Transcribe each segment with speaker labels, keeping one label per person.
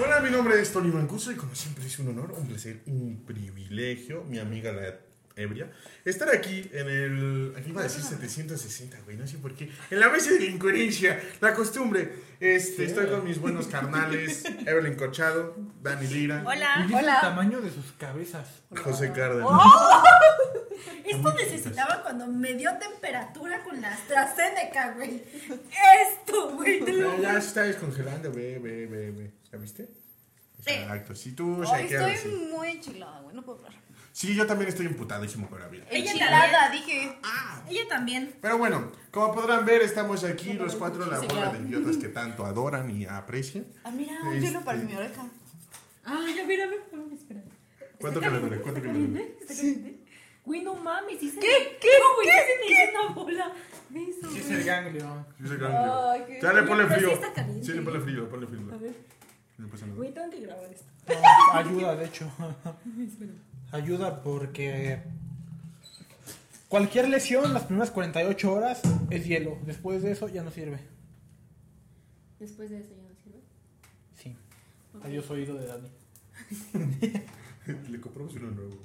Speaker 1: Hola, mi nombre es Tony Mancuso y como siempre es un honor, un placer, un privilegio, mi amiga la ebria, estar aquí en el... Aquí iba a decir 760, güey, no sé por qué. En la mesa de la incoherencia, la costumbre. Este, Estoy con mis buenos carnales, Evelyn Corchado, Dani Lira,
Speaker 2: Hola.
Speaker 3: Mira el
Speaker 4: Hola.
Speaker 3: tamaño de sus cabezas.
Speaker 1: José Cárdenas.
Speaker 2: Esto necesitaba cuando me dio temperatura con la AstraZeneca, güey. Esto, güey, te lo
Speaker 1: Ya, ya se está descongelando, ve, ve, ve, ve. ¿Ya viste?
Speaker 4: Sí.
Speaker 1: Exacto. Si tú...
Speaker 4: Hoy
Speaker 1: se quedas
Speaker 4: estoy
Speaker 1: así.
Speaker 4: muy enchilada, güey, no puedo hablar. Eh.
Speaker 1: Sí, yo también estoy imputadísimo con la vida.
Speaker 2: Ella
Speaker 4: Enchilada, dije.
Speaker 1: Ah,
Speaker 2: Ella también.
Speaker 1: Pero bueno, como podrán ver, estamos aquí los cuatro, la
Speaker 4: Sí,
Speaker 1: bola
Speaker 4: claro.
Speaker 1: de idiotas que tanto adoran y aprecian.
Speaker 4: Ah, mira,
Speaker 1: Este-
Speaker 4: un hielo para mi oreja.
Speaker 2: Ah, ya mira, mira, espera.
Speaker 1: ¿Cuánto calor? ¿Cuánto calor?
Speaker 2: ¿Está caliente? Güey, no mames, ¿Qué? ¿Qué? No, güey, sí se me hizo una bola. Me hizo,
Speaker 3: Sí, es
Speaker 2: güey.
Speaker 3: el ganglio.
Speaker 1: Sí, se calentó.
Speaker 4: Ay, qué-
Speaker 1: Ya le ponle
Speaker 2: Pero sí
Speaker 1: frío.
Speaker 2: está caliente.
Speaker 1: Sí, le ponle frío, ponle frío.
Speaker 2: A ver,
Speaker 1: No pasa nada.
Speaker 2: güey, tengo que grabar esto.
Speaker 3: No, ayuda, de hecho. Ayuda porque. Cualquier lesión, las primeras 48 horas es hielo. Después de eso ya no sirve.
Speaker 2: Después de eso ya no sirve.
Speaker 3: Sí. Adiós, oído de Dani.
Speaker 1: Le compramos uno nuevo.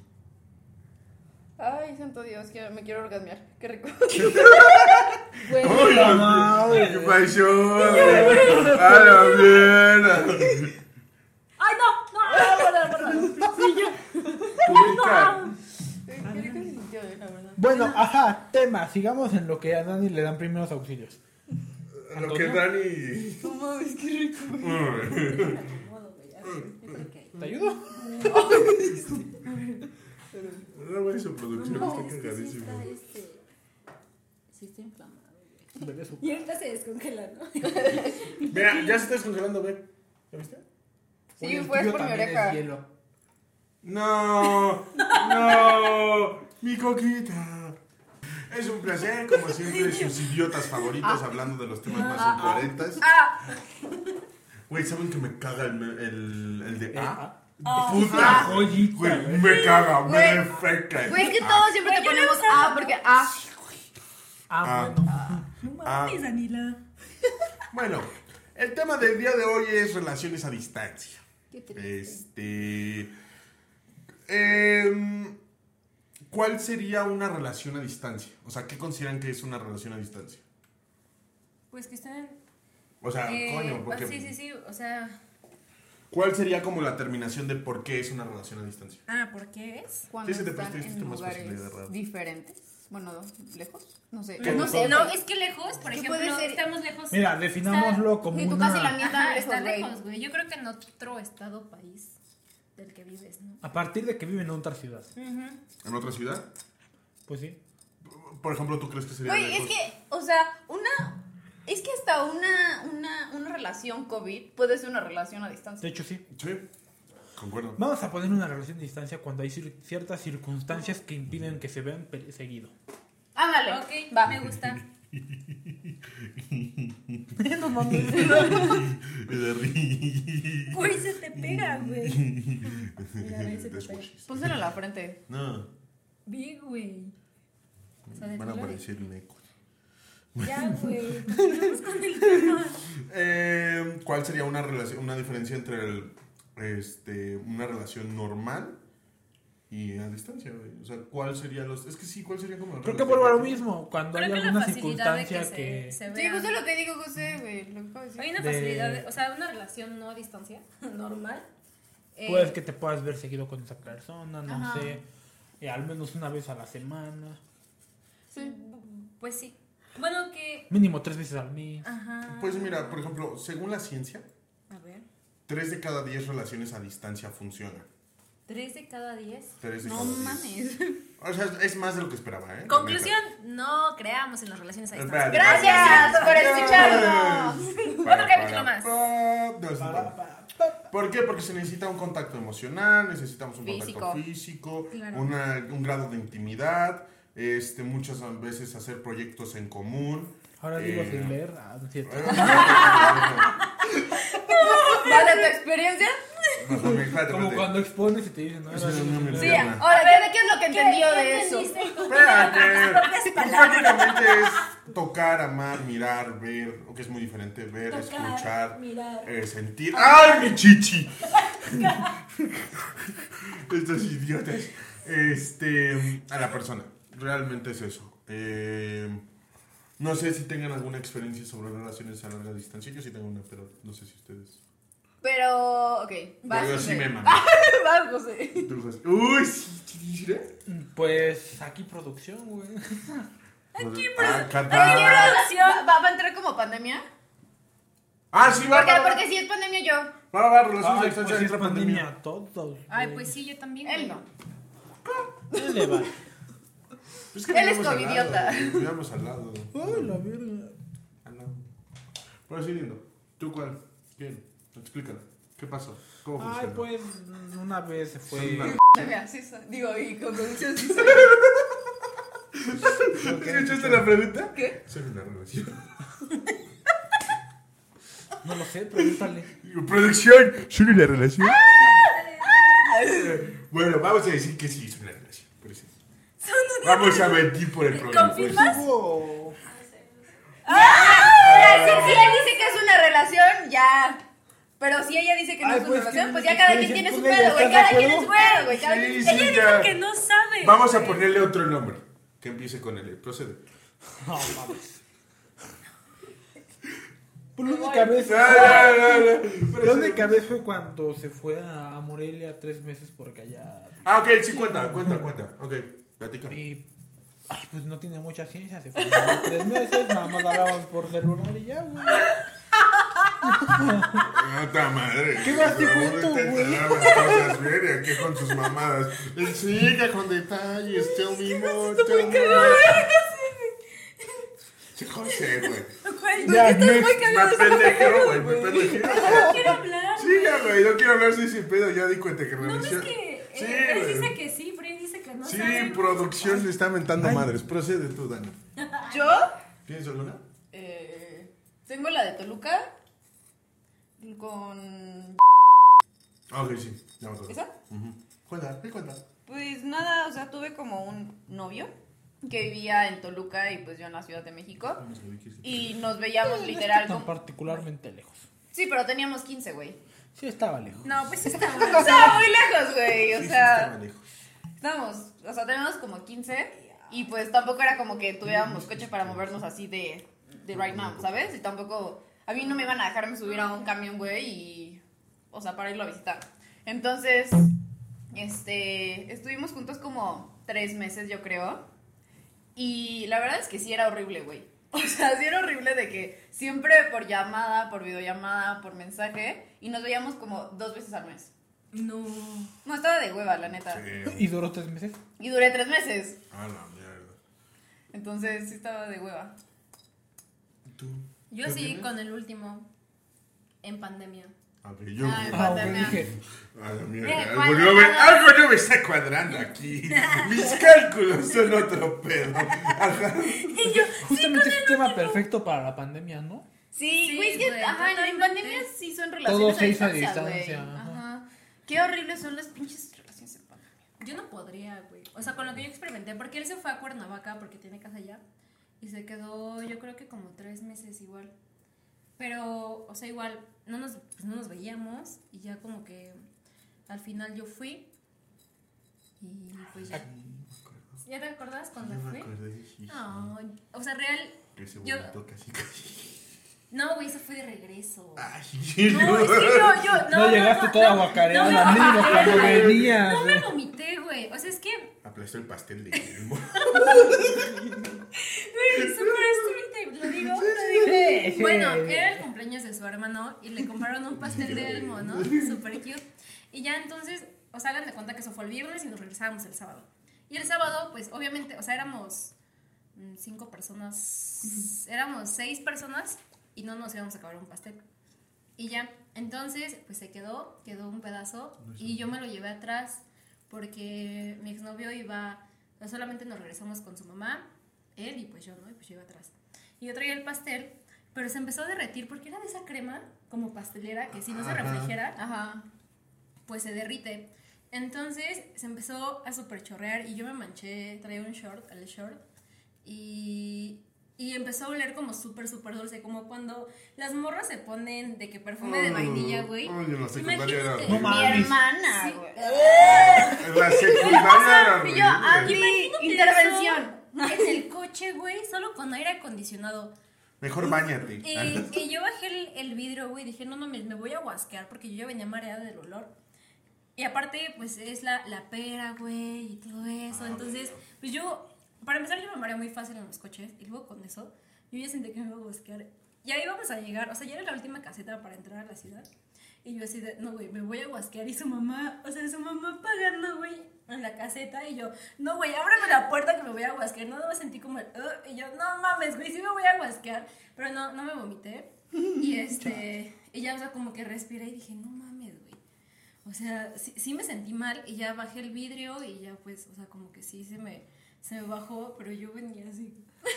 Speaker 4: Ay, santo Dios, que me quiero orgasmear. Qué rico.
Speaker 2: Güey,
Speaker 1: ¡Ay,
Speaker 3: la
Speaker 1: Dios
Speaker 3: madre!
Speaker 1: mío! ¡Qué pasión! ¡A la mierda!
Speaker 2: ¡Ay, no! ¡No! ¡Ah, guarda, guarda! Sí, ya.
Speaker 1: Publica.
Speaker 4: Qué rico se sintió, eh, la verdad.
Speaker 3: Bueno, ajá, tema. Sigamos en lo que a Dani le dan primeros auxilios.
Speaker 1: Lo que Dani.
Speaker 4: No mames, qué rico.
Speaker 2: Ni modo, güey, a ver, yo creo que hay.
Speaker 3: ¿Te ayudo?
Speaker 1: No, güey, su producción está
Speaker 2: No, es que sí está,
Speaker 1: cagadísimo.
Speaker 2: este, sí está inflamado, güey.
Speaker 3: Bebé, su-
Speaker 2: Y ahorita se descongela, ¿no?
Speaker 1: Mira, ya se está descongelando, ve. ¿Ya viste?
Speaker 4: Sí,
Speaker 3: Oye, el
Speaker 4: fue
Speaker 3: tuyo
Speaker 4: por mi
Speaker 3: también es
Speaker 4: oreja.
Speaker 3: hielo.
Speaker 1: No, no, mi coquita. Es un placer, como siempre, sus idiotas favoritos
Speaker 4: Ah.
Speaker 1: hablando de los temas más incoherentes. Güey, ¿saben que me caga el, me- el, el de A?
Speaker 3: Una
Speaker 1: Puta,
Speaker 3: joyita,
Speaker 1: güey,
Speaker 3: güey.
Speaker 1: me caga, me
Speaker 4: Güey,
Speaker 1: defeca. el
Speaker 4: Güey, es que
Speaker 1: A.
Speaker 4: todos siempre te
Speaker 2: Güey, yo
Speaker 4: ponemos
Speaker 2: no
Speaker 4: A
Speaker 2: sé.
Speaker 4: porque A.
Speaker 3: Ah,
Speaker 1: Ah.
Speaker 3: bueno.
Speaker 2: No
Speaker 1: Ah.
Speaker 2: mames, Anila.
Speaker 1: Bueno, el tema del día de hoy es relaciones a distancia.
Speaker 2: Qué triste.
Speaker 1: Este. em, ¿Cuál sería una relación a distancia? O sea, ¿qué consideran que es una relación a distancia?
Speaker 2: Pues que están.
Speaker 1: O sea,
Speaker 2: eh,
Speaker 1: coño, porque.
Speaker 2: ah, Sí, sí, sí. O sea.
Speaker 1: ¿Cuál sería como la terminación de por qué es una relación a distancia?
Speaker 2: Ah, ¿por qué es?
Speaker 4: Cuando
Speaker 1: Sí, se te
Speaker 4: están
Speaker 1: presta,
Speaker 4: en
Speaker 1: existe más
Speaker 4: lugares
Speaker 1: posibilidad, ¿verdad?
Speaker 4: diferentes. Bueno, lejos. No sé.
Speaker 1: ¿Qué
Speaker 2: No
Speaker 1: no
Speaker 2: sé,
Speaker 1: son?
Speaker 2: no, es que lejos, por
Speaker 4: ¿Qué
Speaker 2: ejemplo,
Speaker 4: puede ser?
Speaker 2: estamos lejos.
Speaker 3: Mira, definámoslo como
Speaker 4: Ah, Sí, tu
Speaker 3: una...
Speaker 4: casa y la mía están
Speaker 2: Ajá,
Speaker 4: lejos,
Speaker 2: está
Speaker 4: güey.
Speaker 2: lejos, güey. Yo creo que en otro estado, país del que vives, ¿no?
Speaker 3: A partir de que vive en otra ciudad.
Speaker 1: ¿En otra ciudad?
Speaker 3: Pues sí.
Speaker 1: Por ejemplo, ¿tú crees que sería
Speaker 4: Güey, es
Speaker 1: lejos?
Speaker 4: que, o sea, una. Es que hasta una, una, una relación COVID puede ser una relación a
Speaker 3: De
Speaker 4: distancia.
Speaker 3: hecho, sí.
Speaker 1: Sí, concuerdo.
Speaker 3: Vamos a poner una relación de distancia cuando hay cir- ciertas circunstancias que impiden que se vean pe- seguido.
Speaker 4: Ándale.
Speaker 2: Ok,
Speaker 4: va.
Speaker 2: me gusta.
Speaker 3: No mames.
Speaker 2: Güey, se te pega, güey. Mira, ahí se te
Speaker 1: That's what
Speaker 2: pega.
Speaker 1: she said.
Speaker 4: Pónselo en la frente.
Speaker 1: No,
Speaker 2: Big, güey. O sea, de
Speaker 1: van a
Speaker 2: colores.
Speaker 1: aparecer necos.
Speaker 2: Ya, güey. Vamos con el tema.
Speaker 1: Eh, ¿Cuál sería una relación, una diferencia entre el, este, una relación normal y a distancia? güey? O sea, ¿cuál sería los? Es que sí, ¿cuál sería como? la
Speaker 3: Creo que
Speaker 1: relación?
Speaker 3: vuelvo a lo mismo. Cuando
Speaker 2: Creo
Speaker 3: hay
Speaker 2: que la
Speaker 3: alguna
Speaker 2: facilidad de
Speaker 3: circunstancia
Speaker 2: que
Speaker 3: que...
Speaker 2: se, se
Speaker 4: Sí,
Speaker 2: vea.
Speaker 4: justo lo que dijo José, güey. Lo que acabo de decir.
Speaker 2: Hay una
Speaker 3: de-
Speaker 2: facilidad, de- o sea, una relación no a distancia, normal. eh,
Speaker 3: Puedes que te puedas ver seguido con esa persona, no
Speaker 4: Ajá.
Speaker 3: sé. eh, al menos una vez a la semana.
Speaker 4: Sí.
Speaker 2: Pues sí. Bueno, que.
Speaker 3: Mínimo tres veces al mes.
Speaker 2: Ajá.
Speaker 1: Pues mira, por ejemplo, según la ciencia,
Speaker 2: A ver.
Speaker 1: tres de cada diez relaciones a distancia funcionan.
Speaker 2: Tres de cada diez.
Speaker 1: Tres de
Speaker 4: No
Speaker 1: cada diez.
Speaker 4: mames.
Speaker 1: O sea, es más de lo que esperaba, ¿eh?
Speaker 2: Conclusión, no creamos en las relaciones a distancia.
Speaker 1: Espérate.
Speaker 4: Gracias por escucharnos.
Speaker 2: Otro capítulo más.
Speaker 1: más. ¿Por qué? Porque se necesita un contacto emocional, necesitamos un contacto
Speaker 4: Físico.
Speaker 1: físico,
Speaker 2: Claro.
Speaker 1: una- un grado de intimidad, este, muchas veces hacer proyectos en común.
Speaker 3: Ahora
Speaker 1: Eh,
Speaker 3: digo sin leer. Ah, no es cierto.
Speaker 4: ¿Vale tu experiencia?
Speaker 5: Mejor me espérate,
Speaker 3: Como
Speaker 5: espérate.
Speaker 3: cuando expones y te dicen, no,
Speaker 1: Eso es
Speaker 3: sí,
Speaker 1: una
Speaker 3: sí,
Speaker 1: mierda.
Speaker 4: Sí,
Speaker 3: sí.
Speaker 1: Diana.
Speaker 4: ahora dime qué es lo que entendió de eso.
Speaker 1: Espérate.
Speaker 2: propias
Speaker 1: Pues
Speaker 2: palabras.
Speaker 1: prácticamente es tocar, amar, mirar, ver, o que es muy diferente, ver,
Speaker 2: Tocar,
Speaker 1: escuchar,
Speaker 2: mirar.
Speaker 1: eh, sentir. ¡Ay, mi chichi! Estos idiotas. Este, a la persona. Realmente es eso. Eh, no sé si tengan alguna experiencia sobre relaciones a larga distancia. Yo sí tengo una, pero no sé si ustedes.
Speaker 4: Pero, ok, vas,
Speaker 1: Yo sí
Speaker 4: José.
Speaker 1: me mamé.
Speaker 4: Vas, José.
Speaker 1: Uy, sí, sí, sí.
Speaker 3: Pues aquí producción, güey.
Speaker 1: Pues, Ah,
Speaker 4: Ay,
Speaker 1: catar-
Speaker 4: ¿Va, va- va a entrar como pandemia?
Speaker 1: Ah, sí, va.
Speaker 4: Porque,
Speaker 1: Va,
Speaker 4: porque si es pandemia yo.
Speaker 1: va, va, relaciones a
Speaker 3: Ay,
Speaker 1: distancia
Speaker 3: pues sí, es
Speaker 1: entra pandemia.
Speaker 3: pandemia, todos.
Speaker 2: Ay,
Speaker 3: güey.
Speaker 2: pues sí, yo también.
Speaker 4: Él
Speaker 2: güey.
Speaker 4: no.
Speaker 3: Él le vale.
Speaker 1: Es que
Speaker 4: Él es
Speaker 1: vivíamos al lado,
Speaker 4: covidiota.
Speaker 1: güey, Vivíamos al lado.
Speaker 3: Ay, la verga.
Speaker 1: Al lado. Ah, Pero sí, lindo. ¿Tú cuál? ¿Quién? Explícalo. ¿Qué pasó? ¿Cómo
Speaker 3: Ay,
Speaker 1: funcionó?
Speaker 3: pues una vez se
Speaker 1: Son una-
Speaker 3: fue.
Speaker 4: Pandemia, sí, sí. Digo, y con producción sí. sí.
Speaker 1: ¿Escuchaste la pregunta?
Speaker 4: ¿Qué?
Speaker 1: Soy una relación.
Speaker 3: No lo sé, pregúntale.
Speaker 1: Digo, Producción. ¿Soy una relación? Eh, Bueno, vamos a decir que sí, es una relación. por eso.
Speaker 2: Son una-
Speaker 1: Vamos a mentir por el problema. pues.
Speaker 2: ¿Confirmas?
Speaker 3: Hubo-
Speaker 4: Pero si, si él dice que es una relación, ya. Pero si ella dice que no
Speaker 3: Ay,
Speaker 4: es una
Speaker 3: pues,
Speaker 4: relación,
Speaker 3: ¿qué
Speaker 4: pues
Speaker 3: dices?
Speaker 4: ya cada
Speaker 3: Pues,
Speaker 4: quien tiene su
Speaker 3: entonces,
Speaker 4: pedo, güey.
Speaker 3: ¿estás
Speaker 4: Cada
Speaker 3: de
Speaker 4: quien es
Speaker 3: acuerdo?
Speaker 4: pedo, güey. cada
Speaker 1: Sí,
Speaker 4: quien-
Speaker 1: sí,
Speaker 2: Ella
Speaker 1: ya.
Speaker 2: dijo que no sabe.
Speaker 1: Vamos a ponerle otro nombre. Que empiece con L. Procede.
Speaker 3: No mames. Por la única vez.
Speaker 1: Ah,
Speaker 3: La única vez fue cuando se fue a Morelia tres meses porque allá.
Speaker 1: Ah, ok, sí, cuenta, cuenta, cuenta. Ok, platica.
Speaker 3: Y. Ay, pues no tiene mucha ciencia. Se fue a tres meses, nada más hablábamos por celular y ya, güey.
Speaker 1: ¡Puta madre!
Speaker 3: ¿Qué más te
Speaker 1: Pero
Speaker 3: cuento,
Speaker 1: ahorita
Speaker 3: güey?
Speaker 1: te daban cosas bien, y aquí con sus mamadas. Siga con detalles, te omigo, te José, güey.
Speaker 2: Güey,
Speaker 3: Ya,
Speaker 2: estás
Speaker 3: next,
Speaker 2: muy
Speaker 1: Me
Speaker 2: cagado.
Speaker 1: pendejero, güey, me pendejero.
Speaker 2: No quiero hablar.
Speaker 1: Siga, güey, no quiero hablar soy sin pedo, ya di cuenta que
Speaker 2: No ves
Speaker 1: relación-
Speaker 2: que eh,
Speaker 1: Sí,
Speaker 2: él
Speaker 1: güey.
Speaker 2: dice que sí, Brie dice que no
Speaker 1: Sí,
Speaker 2: sabe.
Speaker 1: producción le está mentando
Speaker 3: Ay.
Speaker 1: madres. Procede tú, Dani.
Speaker 4: Yo,
Speaker 1: ¿Tienes alguna?
Speaker 4: eh, tengo la de Toluca con.
Speaker 1: Ah, Ok, sí, ya me acuerdo.
Speaker 4: ¿Esa?
Speaker 1: Ujú. Cuenta, di cuenta.
Speaker 4: Pues nada, o sea, tuve como un novio que vivía en Toluca y pues yo en la Ciudad de México.
Speaker 1: Vamos a ver qué es.
Speaker 4: Y nos veíamos
Speaker 3: No
Speaker 4: literal
Speaker 3: está tan
Speaker 4: como...
Speaker 3: particularmente lejos.
Speaker 4: Sí, pero teníamos 15, güey.
Speaker 3: Sí, estaba lejos.
Speaker 2: No, pues está
Speaker 4: O sea, muy lejos, güey. O
Speaker 1: Sí, sí,
Speaker 4: sea,
Speaker 1: estaba lejos.
Speaker 4: estábamos, o sea, teníamos como 15 y pues tampoco era como que tuviéramos coche para movernos así de, de right now, ¿sabes? Y tampoco, a mí no me iban a dejarme subir a un camión, güey, y, o sea, para irlo a visitar. Entonces, este, estuvimos juntos como tres meses, yo creo. Y la verdad es que sí era horrible, güey. O sea, sí era horrible de que siempre por llamada, por videollamada, por mensaje, y nos veíamos como dos veces al mes.
Speaker 2: No.
Speaker 4: No, estaba de hueva, la neta.
Speaker 1: Sí,
Speaker 3: Y duró tres meses.
Speaker 4: Y duré tres meses.
Speaker 1: a Ah, la mierda.
Speaker 4: Entonces sí estaba de hueva.
Speaker 1: ¿Tú?
Speaker 2: Yo
Speaker 1: ¿Tú
Speaker 2: sí,
Speaker 1: tienes?
Speaker 2: con el último. En pandemia.
Speaker 1: A ver, yo.
Speaker 4: Ah,
Speaker 1: güey.
Speaker 4: Ah, ok.
Speaker 3: Yo dije,
Speaker 1: A la
Speaker 2: Eh,
Speaker 1: mierda. Algo
Speaker 2: cuadrado.
Speaker 1: no, me, algo no me está cuadrando aquí. Mis cálculos son otro pedo. Ajá.
Speaker 2: Y yo,
Speaker 3: justamente es un tema perfecto para la pandemia, ¿no?
Speaker 4: Sí,
Speaker 2: Sí,
Speaker 4: güey, es que,
Speaker 2: güey,
Speaker 4: ajá, no, en
Speaker 2: totalmente.
Speaker 4: pandemia sí son relaciones
Speaker 3: se hizo a
Speaker 4: güey.
Speaker 3: distancia, ajá.
Speaker 4: Ajá. Qué horribles son las pinches relaciones en pandemia.
Speaker 2: yo no podría, güey. O sea, con lo que yo experimenté, porque él se fue a Cuernavaca porque tiene casa allá. Y se quedó, yo creo que como tres meses igual. Pero, o sea, igual, no nos, pues, no nos veíamos. Y ya como que al final yo fui. Y pues ya. ¿Ya te acordás cuando
Speaker 1: No me
Speaker 2: fui?
Speaker 1: acordé. sí, sí.
Speaker 2: Ay, o sea, real.
Speaker 1: Que se
Speaker 2: Yo-
Speaker 1: vomitó casi casi.
Speaker 2: No, güey, eso fue de regreso.
Speaker 1: Ay,
Speaker 2: No, es que yo, yo, no,
Speaker 3: No, llegaste toda guacareada
Speaker 2: no,
Speaker 3: al niño
Speaker 2: no,
Speaker 3: cuando
Speaker 2: no,
Speaker 3: venías.
Speaker 2: No
Speaker 3: güey.
Speaker 2: me vomité, güey. O sea, es que
Speaker 1: Aplastó el pastel de Guillermo.
Speaker 2: Güey, súper estricta, lo digo, lo digo. Bueno, era el cumpleaños de su hermano y le compraron un pastel de elmo, ¿no? Súper cute. Y ya entonces, o sea, hagan de cuenta que eso fue el viernes y nos regresábamos el sábado. Y el sábado, pues obviamente, o sea, éramos mm, cinco personas, éramos seis personas y no nos íbamos a acabar un pastel. Y ya, entonces, pues se quedó, quedó un pedazo y yo me lo llevé atrás porque mi exnovio iba, no solamente nos regresamos con su mamá, él y pues yo, ¿no? Y pues yo iba atrás. Y yo traía el pastel, pero se empezó a derretir porque era de esa crema como pastelera que si no se
Speaker 1: Ajá.
Speaker 2: refrigera,
Speaker 4: Ajá.
Speaker 2: pues se derrite. Entonces se empezó a superchorrear y yo me manché, traía un short, el short, y, y empezó a oler como súper, súper dulce, como cuando las morras se ponen de que perfume
Speaker 1: Mm.
Speaker 2: de vainilla, güey.
Speaker 1: Ay, en la secundaria era.
Speaker 2: Imagínate.
Speaker 3: No
Speaker 1: horrible.
Speaker 4: Mi
Speaker 3: mames.
Speaker 4: hermana,
Speaker 2: Sí.
Speaker 4: güey.
Speaker 1: En la secundaria era.
Speaker 4: Y yo,
Speaker 1: horrible.
Speaker 4: Andy,
Speaker 2: Imagínate
Speaker 4: intervención.
Speaker 2: eso En el coche, güey, solo con aire acondicionado.
Speaker 1: Mejor bañate.
Speaker 2: Y, y yo bajé el, el vidrio, güey, dije, no mames, me voy a guasquear porque yo ya venía mareada del olor. Y aparte, pues es la, la pera, güey, y todo eso. Entonces, pues yo, para empezar, yo me mareo muy fácil en los coches. Y luego con eso, yo ya sentí que me iba a guasquear. Ya íbamos a llegar, o sea, ya era la última caseta para entrar a la ciudad. Y yo así de, no, güey, me voy a guasquear. Y su mamá, o sea, su mamá pagando, güey, en la caseta. Y yo, no, güey, ábrame la puerta que me voy a guasquear. No, no, sentí como el, "Ugh", y yo, no mames, güey, sí me voy a guasquear. Pero no, no me vomité. Y este, y ya, o sea, como que respiré y dije, no mames, güey. O sea, sí, sí me sentí mal y ya bajé el vidrio y ya, pues, o sea, como que sí se me, se me bajó, pero yo venía así.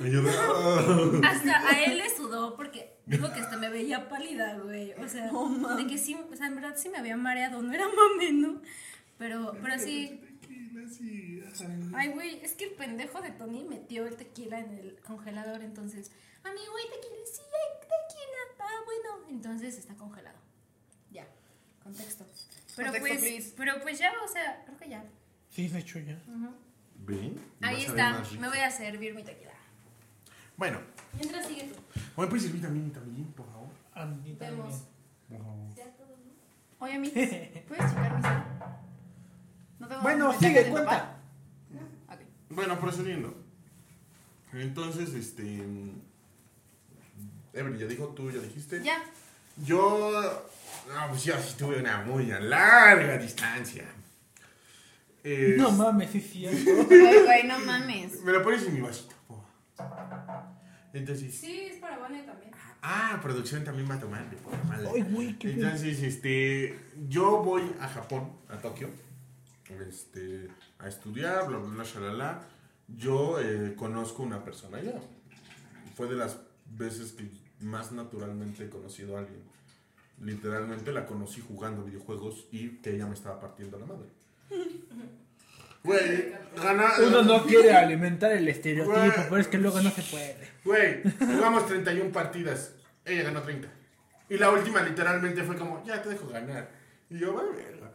Speaker 2: O
Speaker 1: Y yo, ah.
Speaker 2: sea, hasta a él le sudó porque dijo que hasta me veía pálida, güey. O sea, de que sí, o sea, en verdad sí me había mareado, no era mame, ¿no? Pero, pero sí.
Speaker 1: Tranquila, sí.
Speaker 2: Ay, güey, es que el pendejo de Tony metió el tequila en el congelador, entonces, a mí, güey, tequila, sí, hay tequila, ah, bueno, entonces está congelado. Ya, contexto. Pero
Speaker 4: Contexto,
Speaker 2: pues,
Speaker 4: please.
Speaker 2: pero pues ya, o sea, creo que ya.
Speaker 3: Sí, de hecho ya.
Speaker 1: Ven, y vas a
Speaker 2: Ahí
Speaker 1: ver
Speaker 2: está,
Speaker 1: más rico.
Speaker 2: me voy a servir mi tequila.
Speaker 1: Bueno,
Speaker 2: Mientras sigue tú.
Speaker 1: ¿me puedes servir también mi tabellín, por favor?
Speaker 3: A mí también.
Speaker 2: Vemos.
Speaker 1: Por favor.
Speaker 4: Oye, mi, ¿puedes checar mi cel? No tengo
Speaker 3: Bueno,
Speaker 4: mensajes de
Speaker 3: sigue,
Speaker 4: mi
Speaker 3: cuenta.
Speaker 4: papá. Ok.
Speaker 1: Bueno, procediendo. Entonces, este. Evelyn ya dijo, tú ya dijiste.
Speaker 4: Ya.
Speaker 1: Yo. No, pues yo sí tuve una muy larga distancia. Es-
Speaker 3: No mames, sí, sí. algo.
Speaker 4: Güey, güey, no mames.
Speaker 1: Me la pones en mi vasito, por favor. Entonces.
Speaker 2: Sí, es para Vane también.
Speaker 1: Ah, producción también va a tomar de puta madre.
Speaker 3: Ay, güey, qué
Speaker 1: Entonces, este, yo voy a Japón, a Tokio, este, a estudiar, bla, bla, bla, shalala. Yo eh, conozco una persona allá. Fue de las veces que más naturalmente he conocido a alguien. Literalmente la conocí jugando videojuegos y que ella me estaba partiendo la madre. Güey, gana.
Speaker 3: Uno no quiere alimentar el
Speaker 1: Güey.
Speaker 3: estereotipo, pero es que luego no se puede.
Speaker 1: Güey, jugamos 31 partidas. Ella ganó 30. Y la última literalmente fue como, ya te dejo ganar. Y yo, vale, verga.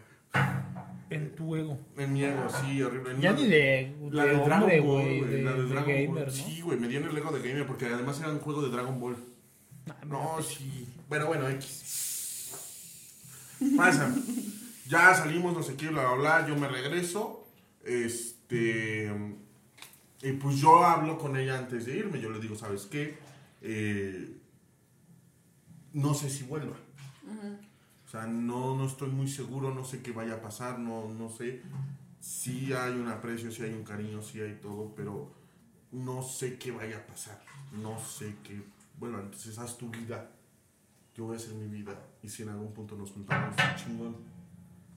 Speaker 3: En tu ego.
Speaker 1: En mi ego, sí, horrible.
Speaker 3: Ya
Speaker 1: No,
Speaker 3: ni de,
Speaker 1: La
Speaker 3: de
Speaker 1: de Dragon
Speaker 3: hombre,
Speaker 1: Ball,
Speaker 3: güey,
Speaker 1: güey.
Speaker 3: de,
Speaker 1: La de
Speaker 3: de
Speaker 1: Dragon Ball.
Speaker 3: gamer, ¿no?
Speaker 1: Sí, güey, me dio en el ego de gamer porque además era un juego de Dragon Ball.
Speaker 3: Ah, pues.
Speaker 1: No, sí. Bueno, bueno, X. Pasa. Ya salimos, no sé qué, bla, bla, bla. Yo me regreso. Este. Y pues yo hablo con ella antes de irme. Yo le digo, ¿sabes qué? Eh, no sé si vuelva. O sea, no, no estoy muy seguro, no sé qué vaya a pasar, no, no sé. Sí hay un aprecio, sí hay un cariño, sí hay todo, pero no sé qué vaya a pasar. No sé qué. Bueno, entonces haz tu vida. Yo voy a hacer mi vida. Y si en algún punto nos juntamos, chingón.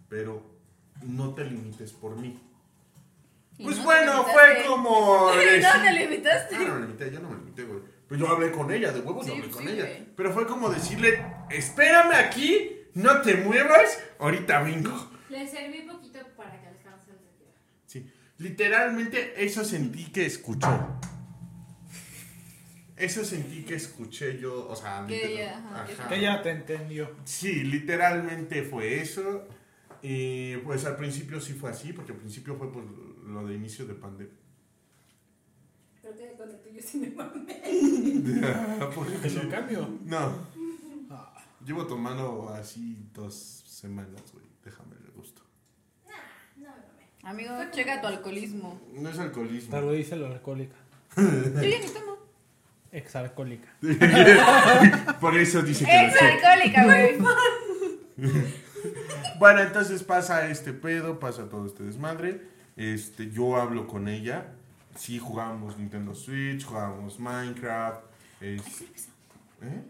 Speaker 1: Pero no te limites por mí.
Speaker 4: Y
Speaker 1: Pues
Speaker 4: no te
Speaker 1: bueno,
Speaker 4: limitaste.
Speaker 1: fue como.
Speaker 4: No te
Speaker 1: decir-
Speaker 4: limitaste.
Speaker 1: Ah, no me limité, yo no me limité, güey. Pero yo hablé con ella, de huevos
Speaker 4: Sí,
Speaker 1: hablé con
Speaker 4: sí,
Speaker 1: ella.
Speaker 4: güey.
Speaker 1: Pero fue como decirle, espérame aquí, no te muevas, ahorita vengo.
Speaker 2: Le serví poquito para que alcance el tequila.
Speaker 1: Sí. Literalmente eso sentí que escuchó. Eso sentí que escuché yo, o sea,
Speaker 4: Que
Speaker 1: literal-
Speaker 4: ella, ajá, que
Speaker 3: Que ya te entendió.
Speaker 1: Sí, literalmente fue eso. Y pues al principio sí fue así, porque al principio fue por lo de inicio de pandemia.
Speaker 2: Creo que cuando tú y yo sí me mamé.
Speaker 1: Ah,
Speaker 3: Te lo cambio. Ah.
Speaker 1: No. Llevo tomando así dos semanas, güey. Déjame el gusto.
Speaker 2: No me mamé.
Speaker 4: Amigo, checa tu alcoholismo.
Speaker 1: No es alcoholismo.
Speaker 3: Tal vez dice lo alcohólica.
Speaker 4: Yo ya ni tomo.
Speaker 3: Exalcohólica.
Speaker 1: Por eso dice que lo
Speaker 4: Ex
Speaker 1: sé.
Speaker 4: alcohólica, güey.
Speaker 1: Bueno, entonces pasa este pedo, pasa todo este desmadre. Este, yo hablo con ella. Sí, jugábamos Nintendo Switch, jugábamos Minecraft. es- ¿Eh?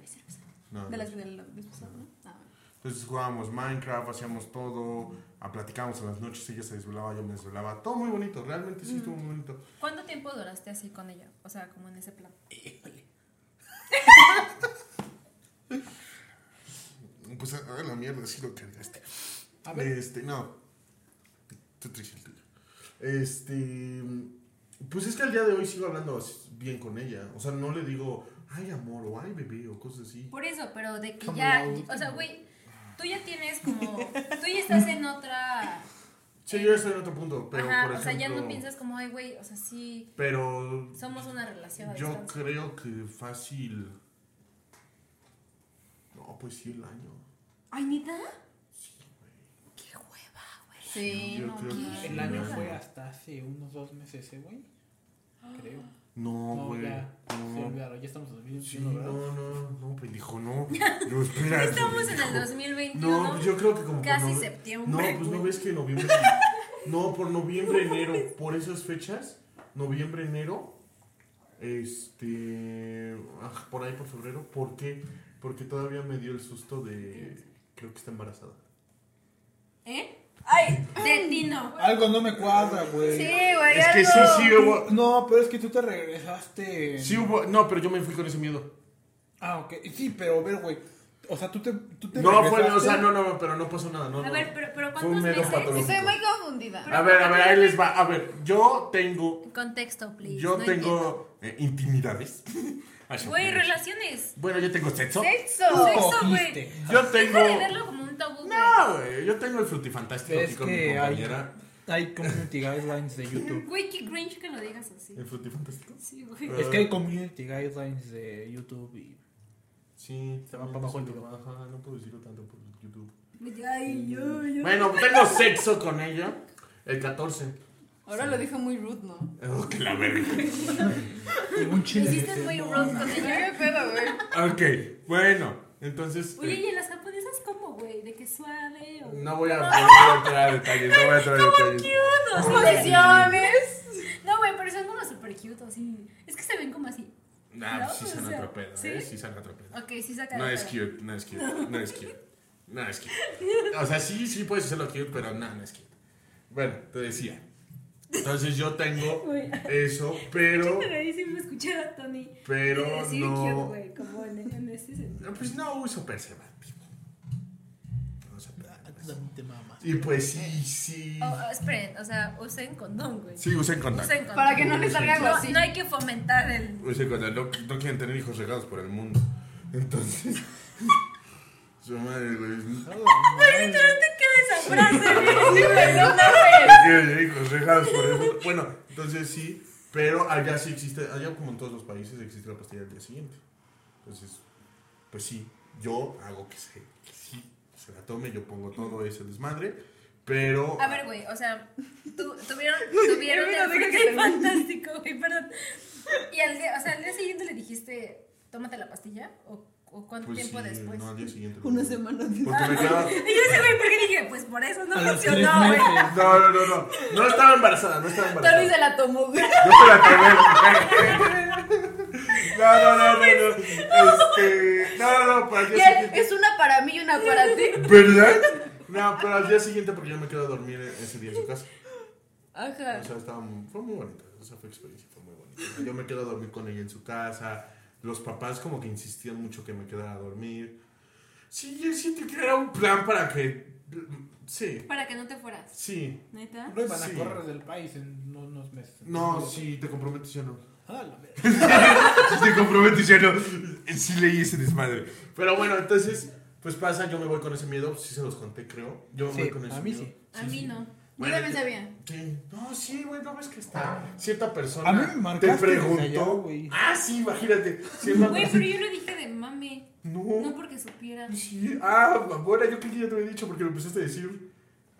Speaker 1: No,
Speaker 4: De
Speaker 1: no
Speaker 4: las
Speaker 1: sé.
Speaker 4: de la vez pasada, ¿no? Ah, bueno.
Speaker 1: Entonces jugábamos Minecraft, hacíamos todo, a- platicábamos a las noches, ella se desvelaba, yo me desvelaba. Todo muy bonito, realmente
Speaker 4: Mm.
Speaker 1: sí estuvo muy bonito.
Speaker 2: ¿Cuánto tiempo duraste así con ella? O sea, como en ese plan.
Speaker 1: Como pues a, a la mierda, sí lo cargaste.
Speaker 3: A ver.
Speaker 1: Este, no. Tú traes el tuyo. Este. Pues es que al día de hoy sigo hablando as- bien con ella. O sea, no le digo, ay amor, o ay bebé, o cosas así.
Speaker 2: Por eso, pero de que
Speaker 3: Como
Speaker 2: ya,
Speaker 3: la última.
Speaker 2: o sea, güey, tú ya tienes como, tú ya estás en otra,
Speaker 1: Sí, yo estoy en otro punto, pero
Speaker 2: ajá,
Speaker 1: por ejemplo.
Speaker 2: o sea, ya no piensas como, ay, güey, o sea, sí,
Speaker 1: Pero
Speaker 2: somos una relación a
Speaker 1: yo
Speaker 2: distancia.
Speaker 1: creo que fácil. No, pues sí, el año.
Speaker 2: Ay, neta. Pues
Speaker 4: Sí,
Speaker 1: Yo
Speaker 4: no.
Speaker 1: creo que sí.
Speaker 3: El año fue hasta hace unos dos meses, ¿eh, güey? Creo.
Speaker 2: Ah.
Speaker 1: No,
Speaker 3: No,
Speaker 1: güey.
Speaker 3: ya. Se
Speaker 1: No.
Speaker 3: olvidaron, ya estamos en
Speaker 1: Sí,
Speaker 3: 2021, ¿verdad?
Speaker 1: no, no, no, pendejo, no. No, espera,
Speaker 2: Estamos en el
Speaker 1: pendejo.
Speaker 2: 2021.
Speaker 1: No, pues yo creo que como por
Speaker 2: Casi
Speaker 1: nove-
Speaker 2: septiembre,
Speaker 1: No, pues no
Speaker 2: güey.
Speaker 1: ves que noviembre. no, por noviembre, enero. Por esas fechas, noviembre, enero. Este. ah, por ahí, por febrero. ¿Por qué? Porque todavía me dio el susto de. Creo que está embarazada.
Speaker 2: ¿Eh? Ay, de ti no.
Speaker 3: Algo no me cuadra, güey.
Speaker 4: Sí, güey.
Speaker 1: Es que sí,
Speaker 4: algo.
Speaker 1: sí hubo.
Speaker 3: No, pero es que tú te regresaste.
Speaker 1: Sí hubo. No, pero yo me fui con ese miedo.
Speaker 3: Ah, ok. Sí, pero ver, güey. O sea, tú te. Tú te
Speaker 1: No fue,
Speaker 3: regresaste.
Speaker 1: o sea, no, no, pero no pasó nada. No,
Speaker 2: A
Speaker 1: no.
Speaker 2: ver, pero, pero
Speaker 1: Fue un
Speaker 2: ¿cuántos
Speaker 1: mero
Speaker 2: meses?
Speaker 1: patológico.
Speaker 4: Estoy muy confundida.
Speaker 1: A ver, a ver, ahí les va. A ver, yo tengo.
Speaker 2: Contexto, please.
Speaker 1: Yo
Speaker 2: no entiendo.
Speaker 1: tengo eh, intimidades. Así
Speaker 2: Güey,
Speaker 1: que-
Speaker 2: relaciones.
Speaker 1: Bueno, yo tengo sexo.
Speaker 4: Sexo.
Speaker 3: Tú
Speaker 2: Sexo,
Speaker 3: cogiste.
Speaker 1: Yo
Speaker 2: Deja
Speaker 1: tengo.
Speaker 2: de verlo como un tabú. güey.
Speaker 1: No, güey. Yo tengo el frutifantástico
Speaker 3: Es
Speaker 1: aquí con mi
Speaker 3: que hay-
Speaker 1: compañera.
Speaker 3: Hay community guidelines de YouTube.
Speaker 2: Güey, qué cringe que lo digas así.
Speaker 1: ¿El frutifantástico?
Speaker 2: Sí, güey.
Speaker 1: Ah.
Speaker 3: Es que hay community guidelines de YouTube y.
Speaker 1: Sí.
Speaker 3: Se va para abajo el
Speaker 1: no sé,
Speaker 3: video.
Speaker 1: Ajá, no puedo decirlo tanto por YouTube.
Speaker 2: Ay, yo, yo.
Speaker 1: Bueno, pues tengo sexo con ella. El 14.
Speaker 4: Ahora lo dijo muy rude, ¿no?
Speaker 1: Oh, que la verga.
Speaker 3: y un chile.
Speaker 2: Hiciste muy wrong con ella.
Speaker 4: qué pedo, güey.
Speaker 1: Ok, bueno. Entonces.
Speaker 2: Oye,
Speaker 1: eh,
Speaker 2: ¿y en las japonesas cómo, güey? ¿De que suave o...?
Speaker 1: no voy a no voy a entrar a detalles. No voy a entrar a detalles.
Speaker 2: Cute, o sea,
Speaker 4: Posiciones.
Speaker 2: No, güey, pero son como súper cute, así. Es que se ven como así.
Speaker 1: Nah, pues sí
Speaker 2: No, o
Speaker 1: son
Speaker 2: sea,
Speaker 1: otro pedo,
Speaker 2: ¿sí?
Speaker 1: ¿eh? Sí son otro pedo.
Speaker 2: Ok, sí saca
Speaker 1: No
Speaker 2: de
Speaker 1: es
Speaker 2: pedo.
Speaker 1: cute, no es cute, no es cute. No es cute. O sea, sí, sí puedes hacerlo cute, pero no, no es cute. Bueno, te decía. Entonces yo tengo
Speaker 2: Güey.
Speaker 1: eso, pero.
Speaker 2: Qué cagadísimo escuchar a Tony. eh,
Speaker 1: Pero
Speaker 2: decir cute,
Speaker 1: no.
Speaker 2: güey, como en, en ese sentido.
Speaker 1: no, Pues no uso preservativo. No uso preservativo.
Speaker 3: Te mamas.
Speaker 1: Y pues sí, sí.
Speaker 2: Oh, oh, esperen, o sea, usen condón, güey.
Speaker 1: Sí, usen contacto.
Speaker 2: Usen condón.
Speaker 4: Para que no les salga algo
Speaker 2: no,
Speaker 4: así.
Speaker 2: no hay que fomentar el...
Speaker 1: Usen contacto. No, no quieren tener hijos regados por el mundo. Entonces. Su madre, güey.
Speaker 2: Güey, literal te queda esa frase, güey.
Speaker 1: Tiene hijos regados por el mundo. Bueno, entonces sí, pero allá sí existe, allá como en todos los países existe la pastilla del día siguiente. Entonces, pues sí, yo hago que se, que sí, se la tome, yo pongo todo ese desmadre, pero...
Speaker 2: A ver, güey, o sea, tu- tuvieron, tuvieron
Speaker 4: Mira,
Speaker 2: el
Speaker 4: deja que
Speaker 2: frente
Speaker 4: termine.
Speaker 2: fantástico, güey, perdón. Y al día, o sea, al día siguiente le dijiste, tómate la pastilla, o, o cuánto
Speaker 1: pues
Speaker 2: tiempo
Speaker 1: sí,
Speaker 2: después.
Speaker 1: No, al día siguiente.
Speaker 4: Una semana
Speaker 1: Porque me quedaba...
Speaker 2: Y yo dije, güey, ¿por qué dije? Pues por eso no
Speaker 3: A los tres
Speaker 2: funcionó, güey.
Speaker 3: meses.
Speaker 1: No, no, no, no, no estaba embarazada, no estaba
Speaker 4: Tony
Speaker 1: embarazada.
Speaker 4: se la tomó, güey.
Speaker 1: Yo te la tomé. No, no, no, no,
Speaker 2: pues,
Speaker 1: no. Este, no, no, no, para el día
Speaker 4: Ya,
Speaker 1: siguiente.
Speaker 4: Es una para mí y una para ti.
Speaker 1: ¿Verdad? No, pero al día siguiente porque yo me quedo a dormir ese día en su casa.
Speaker 4: Ajá.
Speaker 1: O sea, estaba, mu- fue muy bonita. Esa fue experiencia, fue muy bonita. Yo me quedo a dormir con ella en su casa. Los papás como que insistían mucho que me quedara a dormir. Sí, yo siento que era un plan para que... Sí,
Speaker 2: Para que no te fueras,
Speaker 1: sí.
Speaker 2: neta.
Speaker 3: No iban a
Speaker 1: Sí.
Speaker 3: correr del país en unos meses.
Speaker 1: No, sí, te comprometes ya no.
Speaker 3: Ah, la verga.
Speaker 1: Si te comprometes ya no. Sí leí ese desmadre. Pero bueno, entonces, pues pasa, yo me voy con ese miedo. Sí se los conté, creo. Yo me
Speaker 3: Sí,
Speaker 1: voy con ese
Speaker 3: a mí
Speaker 1: miedo.
Speaker 3: sí.
Speaker 2: A mí no.
Speaker 4: Yo
Speaker 1: Bueno,
Speaker 4: también
Speaker 1: te-
Speaker 4: sabía.
Speaker 1: Sí. No, sí, güey, no ves que está. Cierta persona
Speaker 3: A mí me
Speaker 1: te
Speaker 3: marcaste
Speaker 1: preguntó.
Speaker 3: desde allá, güey.
Speaker 1: ah, sí, imagínate. Cierta
Speaker 2: Güey,
Speaker 1: persona-
Speaker 2: pero yo lo dije de mame, no
Speaker 1: No.
Speaker 2: porque supiera.
Speaker 1: Sí. Ah, bueno, yo creí que ya te había dicho porque lo empezaste a decir.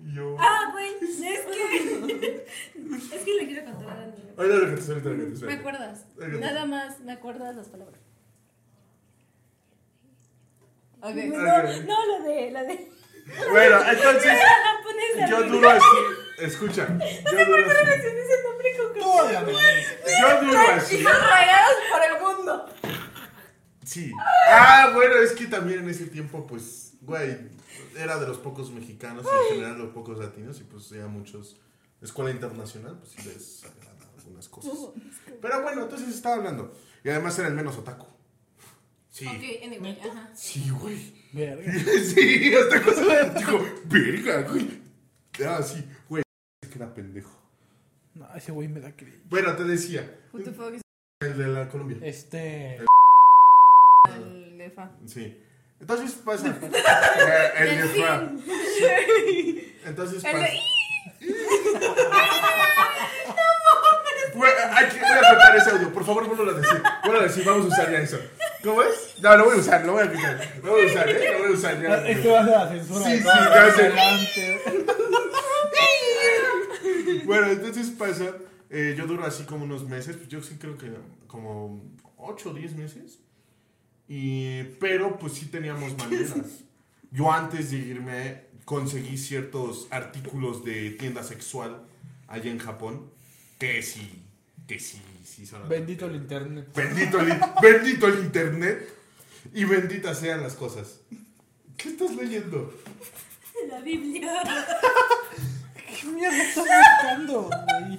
Speaker 1: Y yo.
Speaker 2: Ah, güey, es que... es que le quiero contar a Dani.
Speaker 1: Ahorita lo que te ahorita lo que
Speaker 2: ¿Me
Speaker 1: te
Speaker 2: acuerdas?
Speaker 1: Espérate.
Speaker 2: Nada más, me acuerdas las palabras.
Speaker 4: Ok.
Speaker 1: Ok.
Speaker 2: No, no, la de, la de...
Speaker 1: Bueno, entonces.
Speaker 2: La japonesa.
Speaker 1: Yo
Speaker 2: güey.
Speaker 1: duro así. Escucha. Yo duro así.
Speaker 2: Ese es el nombre con que-
Speaker 3: Toda la
Speaker 1: Yo duro así.
Speaker 4: Hijos regados por el mundo.
Speaker 1: Sí. Ah, bueno, es que también en ese tiempo, pues, güey, era de los pocos mexicanos y en general los pocos latinos y pues ya muchos. Escuela internacional, pues sí les agrada algunas cosas. Pero bueno, entonces estaba hablando. Y además era el menos otaku. Sí.
Speaker 2: Ok, anyway, ajá.
Speaker 1: Sí, güey.
Speaker 3: Verga.
Speaker 1: sí, hasta cosa. Digo, verga, güey. Ah, sí, güey. Es que era pendejo.
Speaker 3: No, ese güey me da cringe.
Speaker 1: Bueno, te decía,
Speaker 4: Who the fuck is
Speaker 1: el de la Colombia.
Speaker 3: Este.
Speaker 4: el de fa?
Speaker 1: Sí. Entonces pasa. Eh, el de Fra. Entonces
Speaker 4: El
Speaker 1: pasa.
Speaker 4: de.
Speaker 1: Güey, hay que- voy a cortar ese audio, por favor, vuelvo a decir. Vuelvo a decir, vamos a usar ya eso. ¿Cómo es? No, lo voy a usar, lo voy a quitar. Lo voy a usar, ¿eh? Lo voy a usar
Speaker 3: Esto
Speaker 1: ya.
Speaker 3: este va a ser la censura.
Speaker 1: Sí,
Speaker 3: ¿no?
Speaker 1: sí, ya sé.
Speaker 3: Adelante.
Speaker 1: Bueno, entonces pasa. eh, yo duro así como unos meses. pues, Yo sí creo que como 8 o 10 meses. Y, pero pues sí teníamos maneras. Yo antes de irme conseguí ciertos artículos de tienda sexual allá en Japón. Que sí, que sí, sí son
Speaker 3: Bendito el internet.
Speaker 1: Bendito el, in- bendito el internet y benditas sean las cosas. ¿Qué estás leyendo?
Speaker 2: La Biblia.
Speaker 3: ¿Qué mierda estás buscando, güey?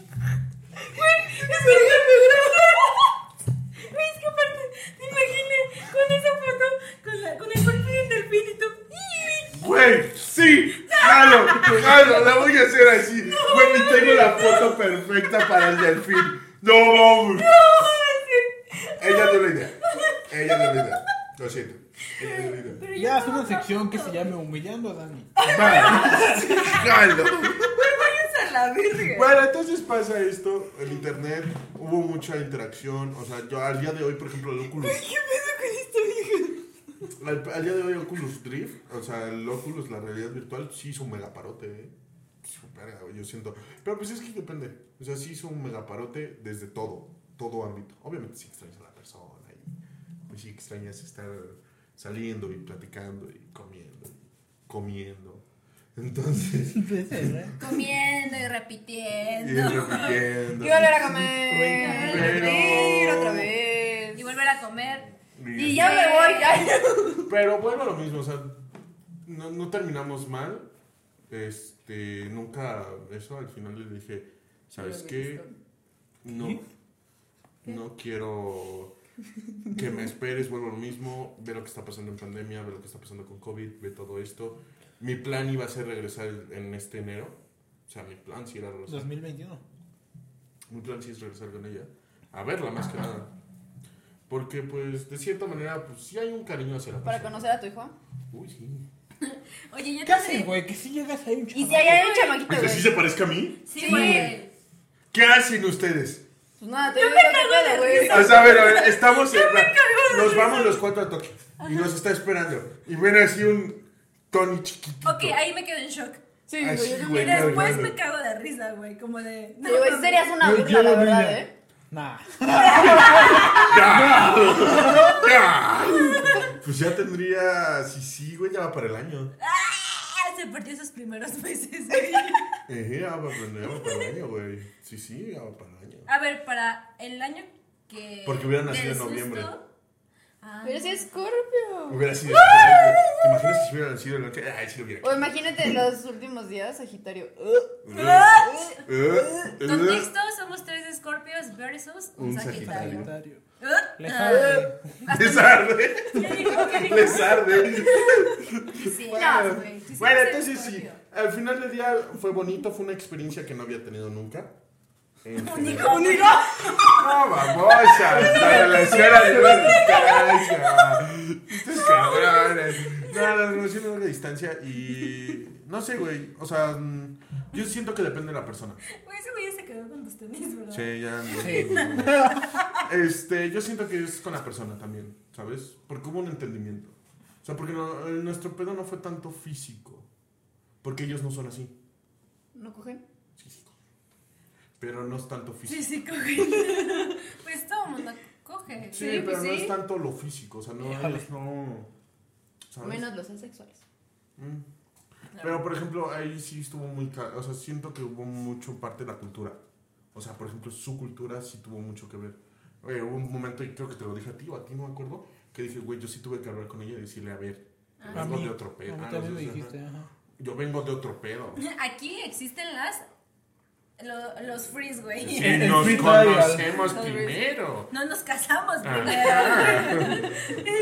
Speaker 4: Es que aparte, güey, es que aparte, te imaginé con esa foto, con, la, con el cuerpo del delfín y tú.
Speaker 1: Güey, sí, claro, claro, la voy a hacer así. Güey, y tengo la foto perfecta para el delfín. No, vamos. Ella dio la idea. Ella dio la idea. Lo siento. Ella dio la idea.
Speaker 2: Pero yo
Speaker 3: Ya,
Speaker 2: no
Speaker 3: es una
Speaker 2: me
Speaker 3: sección que se
Speaker 2: acuerdo.
Speaker 3: llame Humillando a Dani.
Speaker 1: Vale. Sí, claro.
Speaker 4: ¡Váyanse a la verga!
Speaker 1: Bueno, entonces pasa esto, el internet, hubo mucha interacción, o sea, yo al día de hoy, por ejemplo, el Oculus.
Speaker 4: ¿Qué pedo con esta vieja?
Speaker 1: Al, al día de hoy Oculus Drift, o sea, el Oculus, la realidad virtual, sí hizo un megaparote, ¿eh? Su verga, güey, yo siento. Pero pues es que depende. O sea, sí hizo un megaparote desde todo, todo ámbito. Obviamente sí extrañas a la persona y pues sí extrañas estar saliendo y platicando y comiendo, y comiendo. Entonces,
Speaker 4: ¿eh?
Speaker 2: Comiendo y
Speaker 1: y
Speaker 2: repitiendo.
Speaker 1: repitiendo.
Speaker 4: Y volver a comer.
Speaker 1: Pero-
Speaker 4: "Eh, repetir otra vez.
Speaker 2: Y volver a comer.
Speaker 4: Y ya me voy. ya.
Speaker 1: Pero bueno, lo mismo, o sea, no, no terminamos mal. Este, nunca, eso al final le dije, ¿sabes qué? No, no quiero que me esperes, vuelvo a lo mismo, ve lo que está pasando en pandemia, ve lo que está pasando con COVID, ve todo esto. Mi plan iba a ser regresar en este enero, o sea, mi plan sí era regresar.
Speaker 3: 2021.
Speaker 1: Mi plan sí es regresar con ella. A verla más que nada. Porque pues de cierta manera pues sí hay un cariño hacia la
Speaker 4: Para
Speaker 1: persona.
Speaker 4: conocer a tu hijo.
Speaker 1: Uy, sí.
Speaker 2: Oye, yo
Speaker 3: ¿Qué haces,
Speaker 2: también.
Speaker 3: güey? Que si llegas ahí un
Speaker 4: Y
Speaker 3: chaval.
Speaker 4: si hay un chamaquito,
Speaker 1: ¿Que sí
Speaker 4: güey.
Speaker 1: Pues se parezca a mí?
Speaker 2: Sí, güey.
Speaker 1: ¿Qué hacen ustedes?
Speaker 4: Pues nada, te digo que pedo, güey.
Speaker 1: O sea, a ver, a ver, estamos en- Nos vamos los cuatro a Tokio. Y nos está esperando. Y viene así un Tony chiquito.
Speaker 2: Ok, ahí me quedo en shock.
Speaker 4: Sí,
Speaker 1: Así,
Speaker 4: güey. yo también.
Speaker 2: Y
Speaker 1: Güey, no,
Speaker 2: después
Speaker 1: no, no.
Speaker 2: me cago de risa, güey. Como de.
Speaker 4: Sí, güey, serías una
Speaker 3: Yo- yo
Speaker 4: burla, la
Speaker 3: lo
Speaker 4: verdad,
Speaker 3: vi.
Speaker 4: ¿eh?
Speaker 3: Nah.
Speaker 1: ¡Ah! Pues ya tendría. Sí, sí, güey, ya va para el año.
Speaker 2: Ah, se perdió esos primeros meses, güey.
Speaker 1: Eje, Eh, ya va para ya va para el año, güey. Sí, sí, ya va para el año.
Speaker 2: A ver, para el año que.
Speaker 1: Porque hubiera nacido
Speaker 2: del
Speaker 1: en noviembre.
Speaker 2: susto- Ah,
Speaker 4: Pero si es Scorpio.
Speaker 1: Hubiera sido. este, ¿Te imaginas si hubiera nacido el noche? Ay, sí lo hubiera.
Speaker 4: O imagínate los últimos días, Sagitario. Uh,
Speaker 1: Eh, eh,
Speaker 2: Contexto, somos tres escorpios versus un,
Speaker 1: Un
Speaker 2: sagitario.
Speaker 1: Sagitario.
Speaker 2: Ah,
Speaker 4: Eh,
Speaker 3: Le sabe.
Speaker 1: Les arde.
Speaker 2: ya dijo que dijo.
Speaker 1: Les arde.
Speaker 2: Sí,
Speaker 1: Bueno,
Speaker 2: güey, quisiera
Speaker 1: bueno,
Speaker 2: ser
Speaker 1: entonces sí,
Speaker 2: escorpio.
Speaker 1: al final del día fue bonito, fue una experiencia que no había tenido nunca. Este,
Speaker 2: Único, único.
Speaker 1: No, babosa, la relación a distancia. Estos cabrones. No, la relación a larga distancia y. No sé, güey. O sea, mm, yo siento que depende de la persona.
Speaker 2: Güey, ese "Pues güey ya se quedó con tus tenis, ¿verdad?
Speaker 1: Sí, ya. no.
Speaker 3: Sí.
Speaker 1: Este, yo siento que es con la persona también, ¿sabes? Porque hubo un entendimiento. O sea, porque no- eh, nuestro pedo no fue tanto físico. Porque ellos no son así.
Speaker 4: ¿No cogen?
Speaker 1: físico. Pero no es tanto
Speaker 2: Sí,
Speaker 1: físico.
Speaker 2: sí, coge. pues todo mundo coge.
Speaker 1: Sí, pero no es tanto lo físico, o sea, no,
Speaker 3: Híjole.
Speaker 1: ellos no. ¿sabes?
Speaker 4: Menos los asexuales.
Speaker 1: Mm. Pero por ejemplo, ahí sí estuvo muy. ca- O sea, siento que hubo mucho parte de la cultura. O sea, por ejemplo, su cultura sí tuvo mucho que ver. Oye, hubo un momento, y creo que te lo dije a ti o a ti, no me acuerdo, que dije, güey, yo sí tuve que hablar con ella y decirle, a ver,
Speaker 2: Ah,
Speaker 1: yo vengo de otro pedo.
Speaker 3: a mí
Speaker 1: Ah, no,
Speaker 3: también me
Speaker 1: sí, sí,
Speaker 3: dijiste, ajá.
Speaker 1: ajá. Yo vengo de otro pedo.
Speaker 2: Aquí existen las lo- los frizz, güey.
Speaker 3: Sí.
Speaker 5: Si nos
Speaker 3: free trial.
Speaker 5: conocemos primero.
Speaker 2: No nos casamos
Speaker 1: Ah.
Speaker 2: primero.
Speaker 5: Ajá.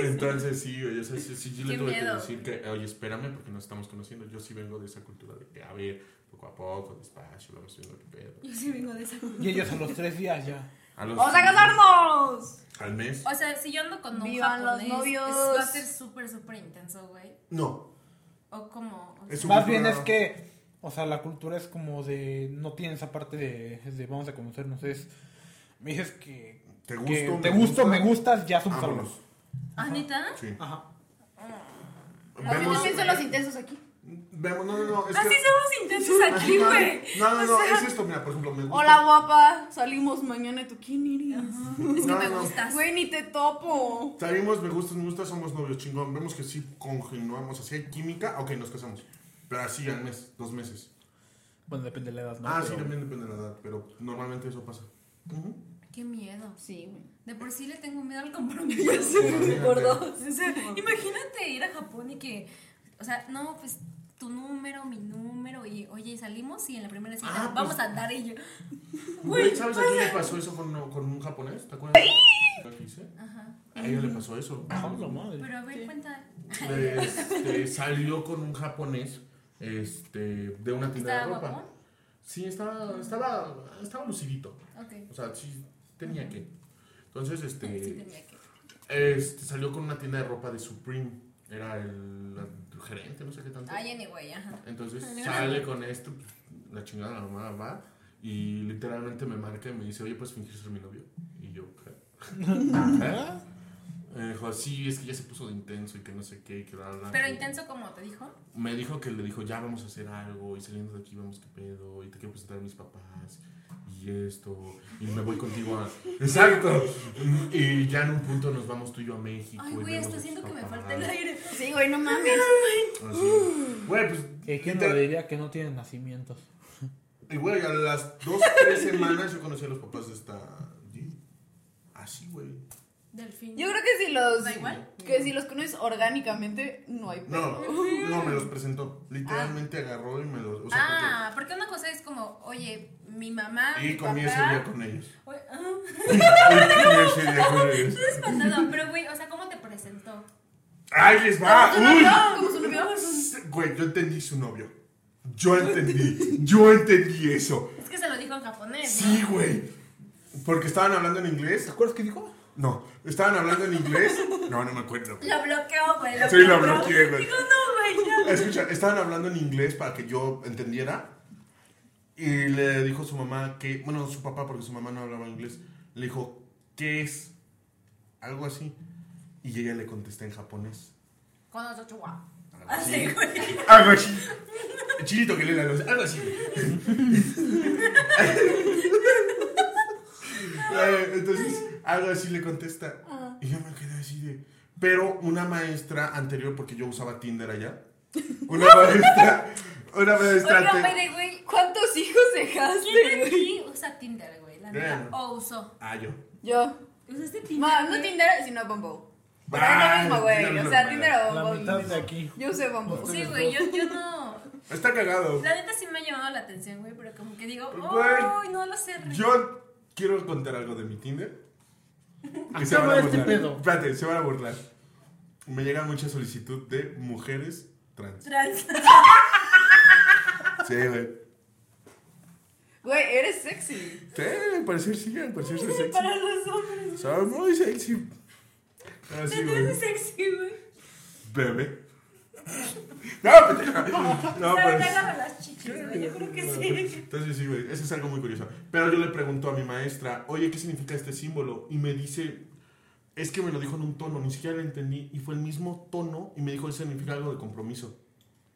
Speaker 5: Entonces sí, oye, o sea, sí, sí, yo le
Speaker 2: Qué
Speaker 5: tuve que
Speaker 2: miedo.
Speaker 5: decir que, oye, espérame porque nos estamos conociendo. Yo sí vengo de esa cultura de que, a ver, poco a poco, despacio, vamos viendo qué pedo.
Speaker 2: Yo sí vengo de esa
Speaker 3: Y ellos a los tres días ya.
Speaker 5: A los-
Speaker 4: ¡Vamos a casarnos!
Speaker 5: Al mes.
Speaker 2: O sea, si yo ando con un
Speaker 4: Vivan los
Speaker 2: japonés,
Speaker 4: novios.
Speaker 2: es- va a ser súper, súper intenso, güey.
Speaker 1: No.
Speaker 2: O como... o
Speaker 1: Es
Speaker 2: sea,
Speaker 1: un-
Speaker 3: Más bien es
Speaker 1: cultura-
Speaker 3: que, o sea, la cultura es como de, no tiene esa parte de, es de vamos a conocernos, es, me dices que,
Speaker 1: ¿Te
Speaker 3: que
Speaker 1: gusto?
Speaker 3: te gusto, me gustas, ya somos amigos.
Speaker 1: Vámonos.
Speaker 2: ¿Ah, neta?
Speaker 1: Sí.
Speaker 3: Ajá.
Speaker 4: A mí
Speaker 1: Vemos-
Speaker 4: también son los intensos aquí.
Speaker 1: Vemos, no, no, no. Es
Speaker 2: Así
Speaker 1: que-
Speaker 2: somos intensos aquí,
Speaker 1: Ajá.
Speaker 2: güey.
Speaker 1: No, no, no,
Speaker 2: O sea,
Speaker 1: es esto, mira, por ejemplo, me gusta.
Speaker 4: Hola, guapa. Salimos mañana. ¿Tú quién irías?
Speaker 2: Es que
Speaker 1: No,
Speaker 2: me
Speaker 1: no.
Speaker 2: gustas.
Speaker 4: Güey, ni te topo.
Speaker 1: Salimos, me gustas, me gustas, somos novios, chingón. Vemos que sí continuamos, así hay química, ok, nos casamos. Pero así al mes, dos meses.
Speaker 3: Bueno, depende de la edad, ¿no?
Speaker 1: ah, sí,
Speaker 3: Pero-
Speaker 1: también depende de la edad, pero normalmente eso pasa. Ujú.
Speaker 2: Qué miedo.
Speaker 4: Sí, güey.
Speaker 2: De por sí le tengo miedo al compromiso.
Speaker 4: Por dos.
Speaker 2: O sea, imagínate ir a Japón y que... O sea, no, pues tu número, mi número y... Oye, salimos y en la primera cita
Speaker 1: Ah, pues-
Speaker 2: vamos a andar y yo...
Speaker 1: Güey, ¿sabes a quién le pasó eso con, con un japonés? ¿Te acuerdas? ¿Qué dice?
Speaker 2: Ajá.
Speaker 1: A ella le pasó eso.
Speaker 3: Ah, la madre.
Speaker 2: Pero a ver, cuenta...
Speaker 1: Este, salió con un japonés este, de una tienda de
Speaker 2: ¿Está
Speaker 1: ropa.
Speaker 2: guapón?
Speaker 1: Sí, estaba, estaba, estaba lucidito.
Speaker 2: Ok.
Speaker 1: O sea, sí tenía que. Entonces, este,
Speaker 2: Sí tenía que...
Speaker 1: este, salió con una tienda de ropa de Supreme. Era el, la- gerente, no sé qué tanto.
Speaker 2: Ay, anyway, ajá.
Speaker 1: Entonces
Speaker 2: Ay,
Speaker 1: sale con esto, pues, la chingada la mamá va y literalmente me marca y me dice, oye, ¿puedes fingir ser mi novio? Y yo, ¿qué? ¿Eh? Me dijo, sí, es que ya se puso de intenso y que no sé qué, y que bla, bla, bla".
Speaker 2: Pero
Speaker 1: Y
Speaker 2: intenso como te dijo.
Speaker 1: Me dijo que le dijo, ya vamos a hacer algo y saliendo de aquí vamos qué pedo y te quiero presentar a mis papás y esto y me voy contigo a... Exacto. Y ya en un punto nos vamos tú y yo a México.
Speaker 2: Ay,
Speaker 1: y
Speaker 2: güey,
Speaker 1: vemos
Speaker 2: hasta
Speaker 1: a tus
Speaker 2: siento que me
Speaker 1: papás.
Speaker 2: falta el aire.
Speaker 4: Sí, güey, no mames.
Speaker 1: Así. Güey, pues
Speaker 3: Eh, ¿Quién
Speaker 1: literal-
Speaker 3: no diría que no tienen nacimientos?
Speaker 1: Y güey, a las dos, tres semanas yo conocí a los papás de esta. G. Así, güey.
Speaker 2: Delfín.
Speaker 4: Yo creo que si los.
Speaker 2: ¿Da igual?
Speaker 4: Que si los conoces orgánicamente, no hay pedo.
Speaker 1: No, no, me los presentó. Literalmente agarró y me los. O sea,
Speaker 2: Ah, porque una cosa es como, oye, mi mamá.
Speaker 1: porque-
Speaker 2: mi
Speaker 1: Y comí ese
Speaker 2: Ah, papá-
Speaker 1: día con ellos.
Speaker 2: Oye, ah,
Speaker 1: Y comí ese día con ellos.
Speaker 2: estoy espantada, pero güey, o sea, ¿cómo te presentó?
Speaker 1: ¡Ay, les va!
Speaker 4: ¿Cómo
Speaker 1: Ah, ¡Uy!
Speaker 4: su novio?
Speaker 1: Güey, yo entendí su novio. Yo entendí. Yo entendí eso.
Speaker 2: Es que se lo dijo en japonés, ¿no?
Speaker 1: Sí, güey. Porque estaban hablando en
Speaker 3: ¿Te
Speaker 1: inglés.
Speaker 3: acuerdas qué dijo?
Speaker 1: No, estaban hablando en inglés. No, no me acuerdo.
Speaker 2: Lo bloqueó, güey.
Speaker 1: Sí, lo bloqueé, güey.
Speaker 2: Digo, no, güey, ya.
Speaker 1: Escucha, estaban hablando en inglés para que yo entendiera. Y le dijo su mamá que, bueno, su papá, porque su mamá no hablaba inglés, le dijo, ¿qué es? Algo así. Y ella le contesta en japonés.
Speaker 2: Con otro chihuahua.
Speaker 1: Algo
Speaker 2: Así,
Speaker 1: así.
Speaker 2: güey.
Speaker 1: Algo así. Chilito que lee la luz. Algo así. Eh, Entonces, algo así le contesta.
Speaker 4: Ah.
Speaker 1: Y yo me quedé así de. Pero una maestra anterior, porque yo usaba Tinder allá. Una maestra. Una maestra
Speaker 2: Oiga,
Speaker 1: ante-
Speaker 2: güey, de güey.
Speaker 4: ¿Cuántos hijos dejaste,
Speaker 2: ¿Quién de
Speaker 4: güey?
Speaker 2: aquí usa Tinder, güey? La neta.
Speaker 1: Bien.
Speaker 2: O usó.
Speaker 1: Ah, yo.
Speaker 4: Yo.
Speaker 2: ¿Usaste Tinder?
Speaker 4: Ma, no
Speaker 2: güey?
Speaker 4: Tinder, sino Bumble. Pero
Speaker 1: Ah,
Speaker 4: es lo mismo,
Speaker 1: es la
Speaker 4: güey. O
Speaker 1: misma
Speaker 4: sea,
Speaker 1: manera.
Speaker 4: Tinder o
Speaker 3: La
Speaker 4: Bumble.
Speaker 3: mitad de aquí.
Speaker 4: Yo usé Bumble.
Speaker 2: Sí, güey, yo, yo no.
Speaker 1: Está cagado.
Speaker 2: La neta sí me ha llamado la atención, güey, pero como que digo,
Speaker 1: Güey,
Speaker 2: ¡ay, no lo sé! Rick".
Speaker 1: Yo quiero contar algo de mi Tinder. Que se van
Speaker 3: Acaba
Speaker 1: a
Speaker 3: este
Speaker 1: burlar.
Speaker 3: pedo.
Speaker 1: Espérate, se van a burlar. Me llega mucha solicitud de mujeres trans.
Speaker 2: Trans.
Speaker 1: Sí, güey.
Speaker 4: Güey, eres sexy.
Speaker 1: Sí, al parecer sí, al parecer sí es sexy.
Speaker 2: Para los hombres.
Speaker 1: Son muy sexy. Así,
Speaker 2: Te
Speaker 1: güey.
Speaker 2: ves sexy, güey.
Speaker 1: Bebé. No, pendeja. No, pues.
Speaker 2: Pero
Speaker 3: pues.
Speaker 1: pero.
Speaker 2: agárrame las chichis, güey. Yo creo que sí.
Speaker 1: Este, Entonces sí, güey, eso es algo muy curioso. Pero yo le pregunto a mi maestra, oye, ¿qué significa este símbolo? Y me dice, es que me lo dijo en un tono, ni siquiera lo entendí. Y fue el mismo tono y me dijo, eso significa algo de compromiso.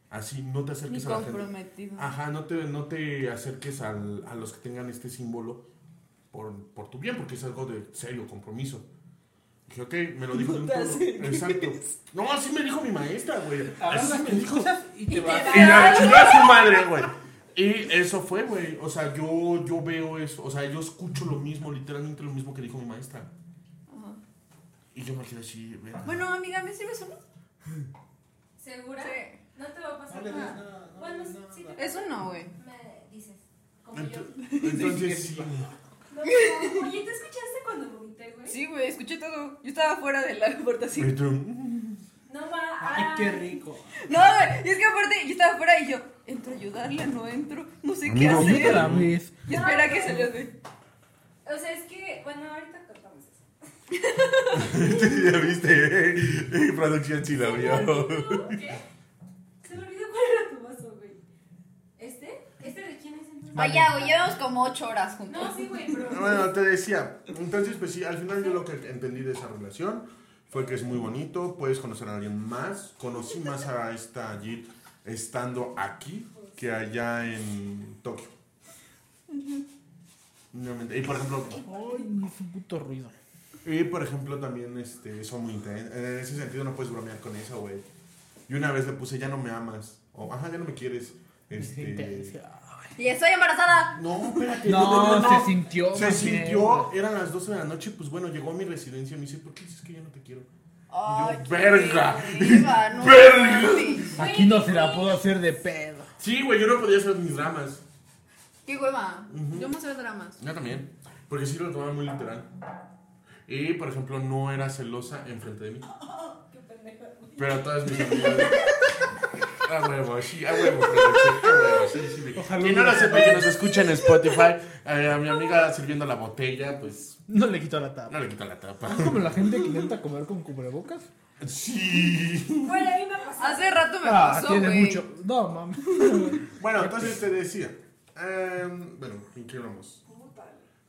Speaker 1: Así, no te
Speaker 4: Mi
Speaker 1: acerques a la gente. Ah.
Speaker 4: comprometido.
Speaker 1: Ajá, no te, no te acerques al- a los que tengan este símbolo por, por tu bien, porque es algo de serio compromiso. Dije, ok, me lo dijo en un
Speaker 3: No te
Speaker 1: tono. Exacto. No, así me dijo mi maestra, güey. Así
Speaker 3: Hablas
Speaker 1: me
Speaker 3: tus
Speaker 1: dijo.
Speaker 3: cosas y te vas.
Speaker 1: Y la chingó a su madre, güey. Y eso fue, güey. O sea, yo, yo veo eso. O sea, yo escucho lo mismo, literalmente lo mismo que dijo mi maestra. Y yo me quedé así, verga.
Speaker 4: Bueno, amiga, ¿me sirves uno?
Speaker 2: ¿Segura?
Speaker 4: Sí.
Speaker 2: No te va a pasar
Speaker 3: No le des
Speaker 2: nada.
Speaker 3: nada, no le
Speaker 2: bueno,
Speaker 3: des
Speaker 2: sí
Speaker 3: nada.
Speaker 2: te
Speaker 4: Es uno, güey.
Speaker 2: Me dices. Como yo.
Speaker 1: Ento- Entonces, sí.
Speaker 2: No, no, oye, ¿te escuchaste cuando vomité, güey?
Speaker 4: Sí, güey, escuché todo. Yo estaba fuera del aeropuerto así.
Speaker 1: Y tú,
Speaker 2: No va.
Speaker 3: Ay, qué rico.
Speaker 4: No, güey, y es que aparte yo estaba fuera y yo, entro a ayudarla, no entro, no sé qué
Speaker 1: No,
Speaker 3: Vomita
Speaker 4: hacer.
Speaker 3: la vez.
Speaker 4: Y espera que se le hace.
Speaker 2: O sea, es que, bueno, ahorita contamos eso.
Speaker 1: ya viste, eh, producción sí la vio.
Speaker 2: ¿Qué? Se me olvidó cuál era tu vaso, güey. ¿Este? ¿Este de quién es entonces?
Speaker 3: Ah.
Speaker 4: Vaya, güey, llevamos como ocho horas juntos.
Speaker 2: No, sí, güey, pero.
Speaker 1: Bueno, te decía, entonces pues sí, al final yo lo que entendí de esa relación fue que es muy bonito, puedes conocer a alguien más, conocí más a esta Jit estando aquí que allá en Tokio. Nuevamente, Y por ejemplo,
Speaker 3: Ay, ni su puto ruido.
Speaker 1: y por ejemplo también este, son muy intensos, en ese sentido no puedes bromear con esa, güey. Y una vez le puse, ya no me amas, o ajá, ya no me quieres.
Speaker 3: Es
Speaker 1: Este,
Speaker 3: intensa.
Speaker 4: Y estoy embarazada.
Speaker 1: no, espérate,
Speaker 3: No, se sintió.
Speaker 1: Se
Speaker 3: mami.
Speaker 1: sintió, eran las 12 de la noche, pues bueno, llegó a mi residencia y me dice, ¿por qué dices que yo no te quiero?
Speaker 4: Ay,
Speaker 1: Yo,
Speaker 4: qué
Speaker 1: verga,
Speaker 4: viva, no
Speaker 1: verga.
Speaker 4: mames.
Speaker 3: Aquí no se la puedo hacer de pedo.
Speaker 1: Sí, güey, yo no podía hacer mis dramas.
Speaker 4: Qué hueva. Yo me sé dramas.
Speaker 5: Yo también.
Speaker 1: Porque sí lo tomaba muy literal. Y, por ejemplo, no era celosa enfrente de mí. Pero todas mis amigas... A huevo, sí, a huevo. producción, a huevo, sí, sí, sí.
Speaker 3: Ojalá
Speaker 1: Quien no lo sepa, que nos escucha en Spotify, eh, a mi amiga sirviendo la botella, pues
Speaker 3: No le quitó la tapa.
Speaker 1: no le quita la tapa.
Speaker 3: Es como la gente que intenta comer con cubrebocas.
Speaker 1: Sí.
Speaker 2: Bueno, a mí me pasó.
Speaker 4: Hace rato me
Speaker 3: Ah,
Speaker 4: pasó,
Speaker 3: tiene
Speaker 4: güey.
Speaker 3: mucho. No, mami.
Speaker 1: Bueno, entonces te decía. em, bueno, ¿en qué hablamos?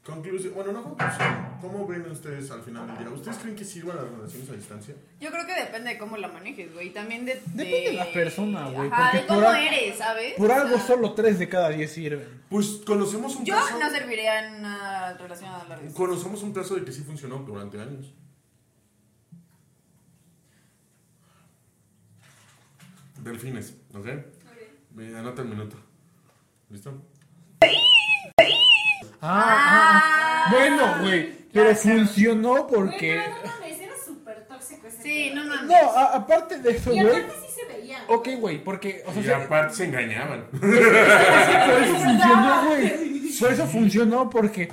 Speaker 1: Conclusión. Bueno, no conclusión. ¿Cómo ven ustedes al final del día? ¿Ustedes creen que sirvan las relaciones a distancia?
Speaker 4: Yo creo que depende de cómo la manejes, güey. También de,
Speaker 3: Depende de la persona, güey,
Speaker 4: Ajá,
Speaker 3: porque
Speaker 4: de cómo
Speaker 3: por al-
Speaker 4: eres, ¿sabes?
Speaker 3: Por
Speaker 4: O
Speaker 3: algo
Speaker 4: sea,
Speaker 3: solo 3 de cada 10 sirven.
Speaker 1: Pues conocemos un
Speaker 4: Yo
Speaker 1: caso.
Speaker 4: no serviría en una relación a larga distancia.
Speaker 1: Conocemos un caso de que sí funcionó durante años. Delfines, ¿ok? Eh, Anota el minuto. ¿Listo?
Speaker 3: Ah, ah, ah. Bueno, güey. Pero funcionó porque.
Speaker 2: Güey, pero no mames, era súper tóxico ese.
Speaker 4: Sí,
Speaker 2: pedo.
Speaker 4: no mames.
Speaker 3: No, a- aparte de eso,
Speaker 2: Y
Speaker 3: güey.
Speaker 2: aparte sí se veía.
Speaker 3: Ok, güey, porque. O sea,
Speaker 1: Y
Speaker 3: se-
Speaker 1: aparte se engañaban.
Speaker 3: Por eso funcionó, güey. Por eso funcionó, porque.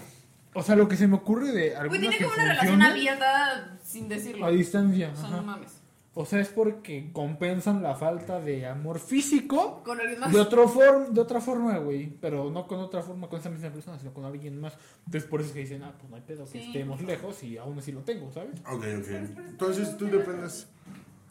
Speaker 3: O sea, lo que se me ocurre de
Speaker 4: Güey,
Speaker 3: algunas
Speaker 4: tiene
Speaker 3: que
Speaker 4: como una relación
Speaker 3: funcionan
Speaker 4: abierta sin decirlo.
Speaker 3: a distancia.
Speaker 4: O sea,
Speaker 3: ajá.
Speaker 4: no mames.
Speaker 3: O sea, es porque compensan la falta de amor físico
Speaker 4: Con alguien más.
Speaker 3: de, otro form- de otra forma, güey. Pero no con otra forma, con esa misma persona, sino con alguien más. Entonces, por eso es que dicen, ah, pues no hay pedo, que
Speaker 4: Sí.
Speaker 3: estemos lejos y aún así lo tengo, ¿sabes?
Speaker 1: Ok, ok. Entonces tú dependes.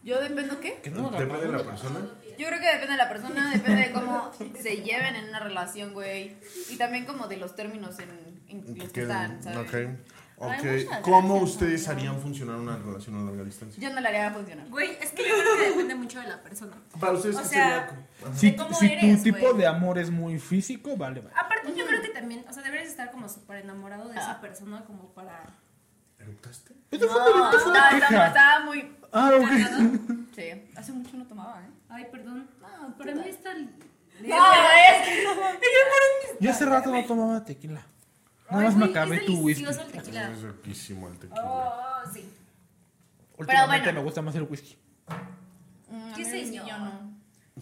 Speaker 4: ¿Yo dependo qué?
Speaker 3: Que no haga
Speaker 1: Depende de la
Speaker 3: mal.
Speaker 1: persona.
Speaker 4: Yo creo que depende de la persona, depende de cómo se lleven en una relación, güey. Y también como de los términos en, en los que
Speaker 1: Que-
Speaker 4: están, ¿sabes?
Speaker 1: ok. Ok,
Speaker 4: Ay, muchas
Speaker 1: ¿Cómo
Speaker 4: gracias,
Speaker 1: ustedes
Speaker 4: amigo.
Speaker 1: harían funcionar una relación a larga distancia?
Speaker 4: Yo no la haría funcionar.
Speaker 2: Güey, es que yo creo que depende mucho de la persona.
Speaker 1: Para ustedes,
Speaker 2: O
Speaker 1: ¿qué
Speaker 2: sea,
Speaker 1: sería? Ajá.
Speaker 3: Si,
Speaker 2: de cómo
Speaker 3: si
Speaker 2: eres,
Speaker 3: tu tipo
Speaker 2: güey.
Speaker 3: de amor es muy físico, vale, vale.
Speaker 2: Aparte, yo creo que también, o sea, deberías estar como súper enamorado de esa persona como para.
Speaker 1: ¿Eruptaste?
Speaker 3: Esto fue
Speaker 4: No,
Speaker 3: una- esto fue una
Speaker 4: estaba, estaba-
Speaker 3: queja.
Speaker 4: estaba muy
Speaker 3: Ah, ok.
Speaker 4: cargado. Sí, hace mucho no tomaba, ¿eh?
Speaker 2: Ay, perdón.
Speaker 4: No,
Speaker 2: Para mí está. el-
Speaker 4: No, es que no.
Speaker 3: Yo hace rato no tomaba tequila.
Speaker 2: Ay,
Speaker 3: Nada más me
Speaker 2: güey,
Speaker 3: acabé
Speaker 2: es
Speaker 3: tu whisky.
Speaker 2: delicioso el tequila.
Speaker 1: Es riquísimo el tequila.
Speaker 2: Oh, sí.
Speaker 3: Últimamente
Speaker 4: bueno.
Speaker 3: me gusta más el whisky.
Speaker 4: Mm, a
Speaker 2: ¿Qué
Speaker 4: mí
Speaker 2: sé
Speaker 4: sí,
Speaker 2: yo?
Speaker 4: Yo no.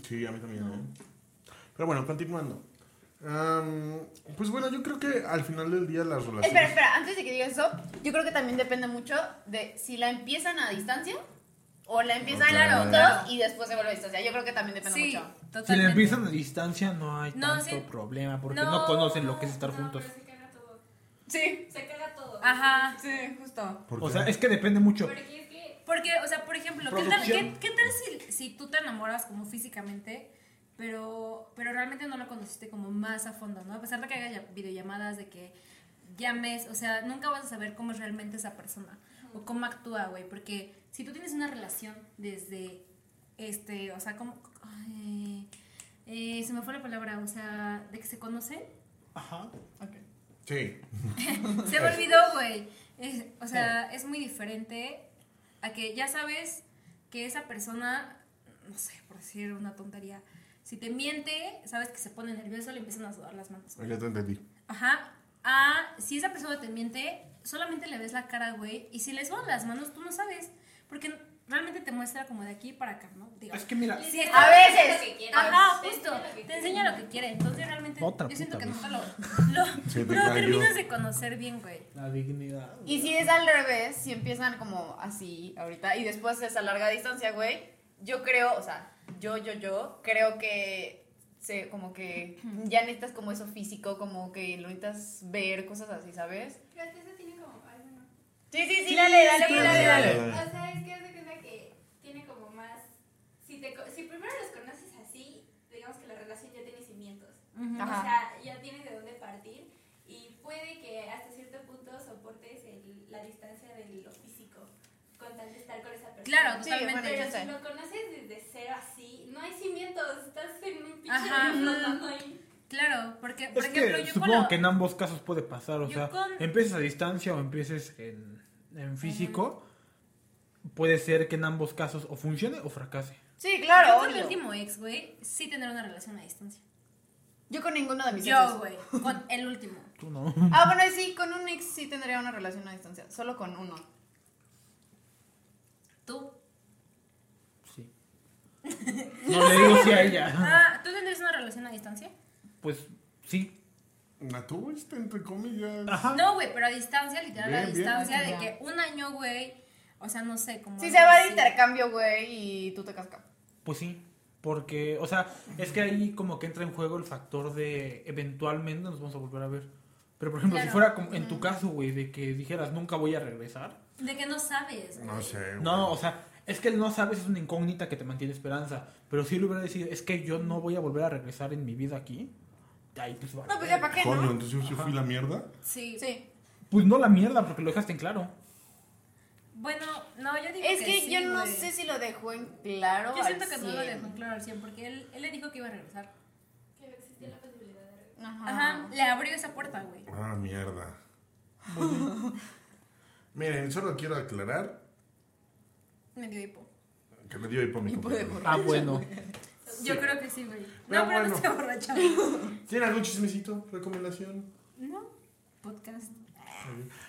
Speaker 1: Sí, a mí también. ¿eh? Pero bueno, continuando. Am, pues bueno, yo creo que al final del día las relaciones...
Speaker 4: Espera, espera, antes de que digas eso, yo creo que también depende mucho de si la empiezan a distancia o la empiezan
Speaker 1: Claro.
Speaker 4: juntos y después se vuelve a distancia. Yo creo que también depende
Speaker 2: Sí,
Speaker 4: mucho.
Speaker 3: Si le
Speaker 2: totalmente.
Speaker 3: empiezan a distancia no hay
Speaker 2: No,
Speaker 3: tanto
Speaker 2: sí.
Speaker 3: problema porque no, conocen lo que es estar
Speaker 6: no,
Speaker 3: juntos.
Speaker 6: pero se caga todo.
Speaker 4: Sí,
Speaker 6: Se caga todo.
Speaker 2: Ajá.
Speaker 4: sí, justo.
Speaker 1: ¿Por
Speaker 3: O
Speaker 1: qué?
Speaker 3: sea, es que depende mucho.
Speaker 6: Porque es que.
Speaker 2: Porque, o sea, por ejemplo, ¿qué tal,
Speaker 3: Producción.
Speaker 2: qué, qué tal si, si tú te enamoras como físicamente, pero, pero realmente no lo conociste como más a fondo, ¿no? A pesar de que hagas ya- videollamadas, de que llames, o sea, nunca vas a saber cómo es realmente esa persona o cómo actúa, güey. Porque si tú tienes una relación desde, este, o sea, como... ay, eh, se me fue la palabra, o sea, de que se conocen.
Speaker 3: Ajá.
Speaker 1: Sí.
Speaker 2: Se me olvidó, güey. Es- O sea, es muy diferente a que ya sabes que esa persona, no sé, por decir una tontería, si te miente, sabes que se pone nervioso, le empiezan a sudar las manos.
Speaker 1: Ya te entendí.
Speaker 2: Ajá. A si esa persona te miente, solamente le ves la cara, güey, y si le sudan las manos, tú no sabes. Porque
Speaker 5: Normalmente te muestra como de aquí para acá, ¿no? Digo,
Speaker 3: Es que mira,
Speaker 5: si
Speaker 4: A veces.
Speaker 6: Lo que quieras.
Speaker 5: Ajá,
Speaker 6: Te
Speaker 5: justo.
Speaker 6: enseña lo que
Speaker 5: Te enseña lo que quiere. Entonces realmente
Speaker 3: Otra
Speaker 5: yo siento
Speaker 3: puta
Speaker 5: que
Speaker 3: vez.
Speaker 5: nunca lo, lo,
Speaker 7: Se te
Speaker 5: no
Speaker 7: cayó.
Speaker 5: terminas de conocer bien, güey.
Speaker 3: la dignidad.
Speaker 4: Y si es al revés, si empiezan como así ahorita y después es a larga distancia, güey, yo creo, o sea, yo, yo, yo, creo que se, como que ya necesitas como eso físico, como que lo necesitas ver, cosas así, ¿sabes?
Speaker 6: Pero es que eso tiene como. ay, bueno.
Speaker 4: Sí, sí, sí, dale, dale,
Speaker 6: sí,
Speaker 4: dale, dale.
Speaker 6: O sea, es que haz de cuenta que tiene como más. Si, te, co- si primero los conoces así, digamos que la relación ya tiene cimientos. O
Speaker 4: Ajá.
Speaker 6: sea, ya tienes de dónde partir y puede que hasta cierto punto soportes el- la distancia de lo físico con tal de estar con esa persona.
Speaker 5: Claro,
Speaker 4: Sí,
Speaker 5: totalmente.
Speaker 4: bueno,
Speaker 6: Pero
Speaker 4: yo sé.
Speaker 6: si lo conoces desde cero así, no hay cimientos, estás en un pinche
Speaker 5: Ajá.
Speaker 6: flotando ahí.
Speaker 5: Claro, porque, por
Speaker 3: Es
Speaker 5: ejemplo,
Speaker 3: que
Speaker 5: yo
Speaker 3: supongo
Speaker 5: con
Speaker 3: que en ambos casos puede pasar, o
Speaker 5: yo
Speaker 3: sea,
Speaker 5: con-
Speaker 3: empieces a distancia o empieces en, en físico, puede ser que en ambos casos o funcione o fracase.
Speaker 4: Sí,
Speaker 5: yo
Speaker 4: claro,
Speaker 5: con mi
Speaker 4: obvio.
Speaker 5: último ex, güey, sí tener una relación a distancia.
Speaker 4: Yo con ninguno de mis exes.
Speaker 5: Yo, güey, con el último.
Speaker 3: Tú no.
Speaker 4: Ah, bueno, sí, con un ex sí tendría una relación a distancia, solo con uno.
Speaker 5: Tú.
Speaker 3: Sí. No le digo sí a ella.
Speaker 5: Ah, ¿tú tendrías una relación a distancia?
Speaker 3: Pues sí.
Speaker 7: La tuvo
Speaker 1: este,
Speaker 7: esta, entre comillas.
Speaker 3: Ajá.
Speaker 5: No, güey, pero a distancia, literal, a
Speaker 7: Bien, bien.
Speaker 5: distancia
Speaker 4: Ah,
Speaker 5: de
Speaker 4: ya.
Speaker 5: que un año, güey, o sea, no sé, como...
Speaker 4: Si
Speaker 5: algo
Speaker 4: se va de
Speaker 5: así.
Speaker 4: intercambio, güey, y tú te cascas.
Speaker 3: Pues sí. Porque, o sea, es que ahí como que entra en juego el factor de eventualmente nos vamos a volver a ver. Pero por ejemplo, si
Speaker 5: Claro.
Speaker 3: fuera como en tu caso, güey, de que dijeras nunca voy a regresar.
Speaker 5: De que no sabes. güey.
Speaker 7: No sé. güey.
Speaker 3: No, o sea, es que el no sabes es una incógnita que te mantiene esperanza. Pero si le hubiera decidido, es que yo no voy a volver a regresar en mi vida aquí. Ahí pues va.
Speaker 4: No, pues ya, ¿para qué,
Speaker 7: Coño,
Speaker 4: no?
Speaker 7: entonces yo sí fui la mierda.
Speaker 5: Sí.
Speaker 4: Sí.
Speaker 3: Pues no la mierda, porque lo dejaste en claro.
Speaker 5: Bueno, no, yo digo
Speaker 4: Es que,
Speaker 5: sí,
Speaker 4: yo no
Speaker 5: güey.
Speaker 4: sé si lo dejó en claro.
Speaker 5: Yo
Speaker 4: al
Speaker 5: siento que no lo
Speaker 4: 100.
Speaker 5: dejó claro al 100 porque él, él le dijo que iba a regresar.
Speaker 6: Que existía la posibilidad de regresar.
Speaker 4: Ajá.
Speaker 5: Ajá, le abrió esa puerta, güey.
Speaker 7: Ah, mierda.
Speaker 1: Miren, solo quiero aclarar
Speaker 5: Me dio hipo.
Speaker 1: que me dio hipo a mi
Speaker 4: puede
Speaker 1: compañero.
Speaker 3: Ah, bueno.
Speaker 5: Yo creo que sí, güey.
Speaker 1: Pero
Speaker 5: No, pero
Speaker 1: bueno.
Speaker 5: no se borracha. güey.
Speaker 1: ¿Tienen algún chismecito? ¿Recomendación?
Speaker 5: No, podcast.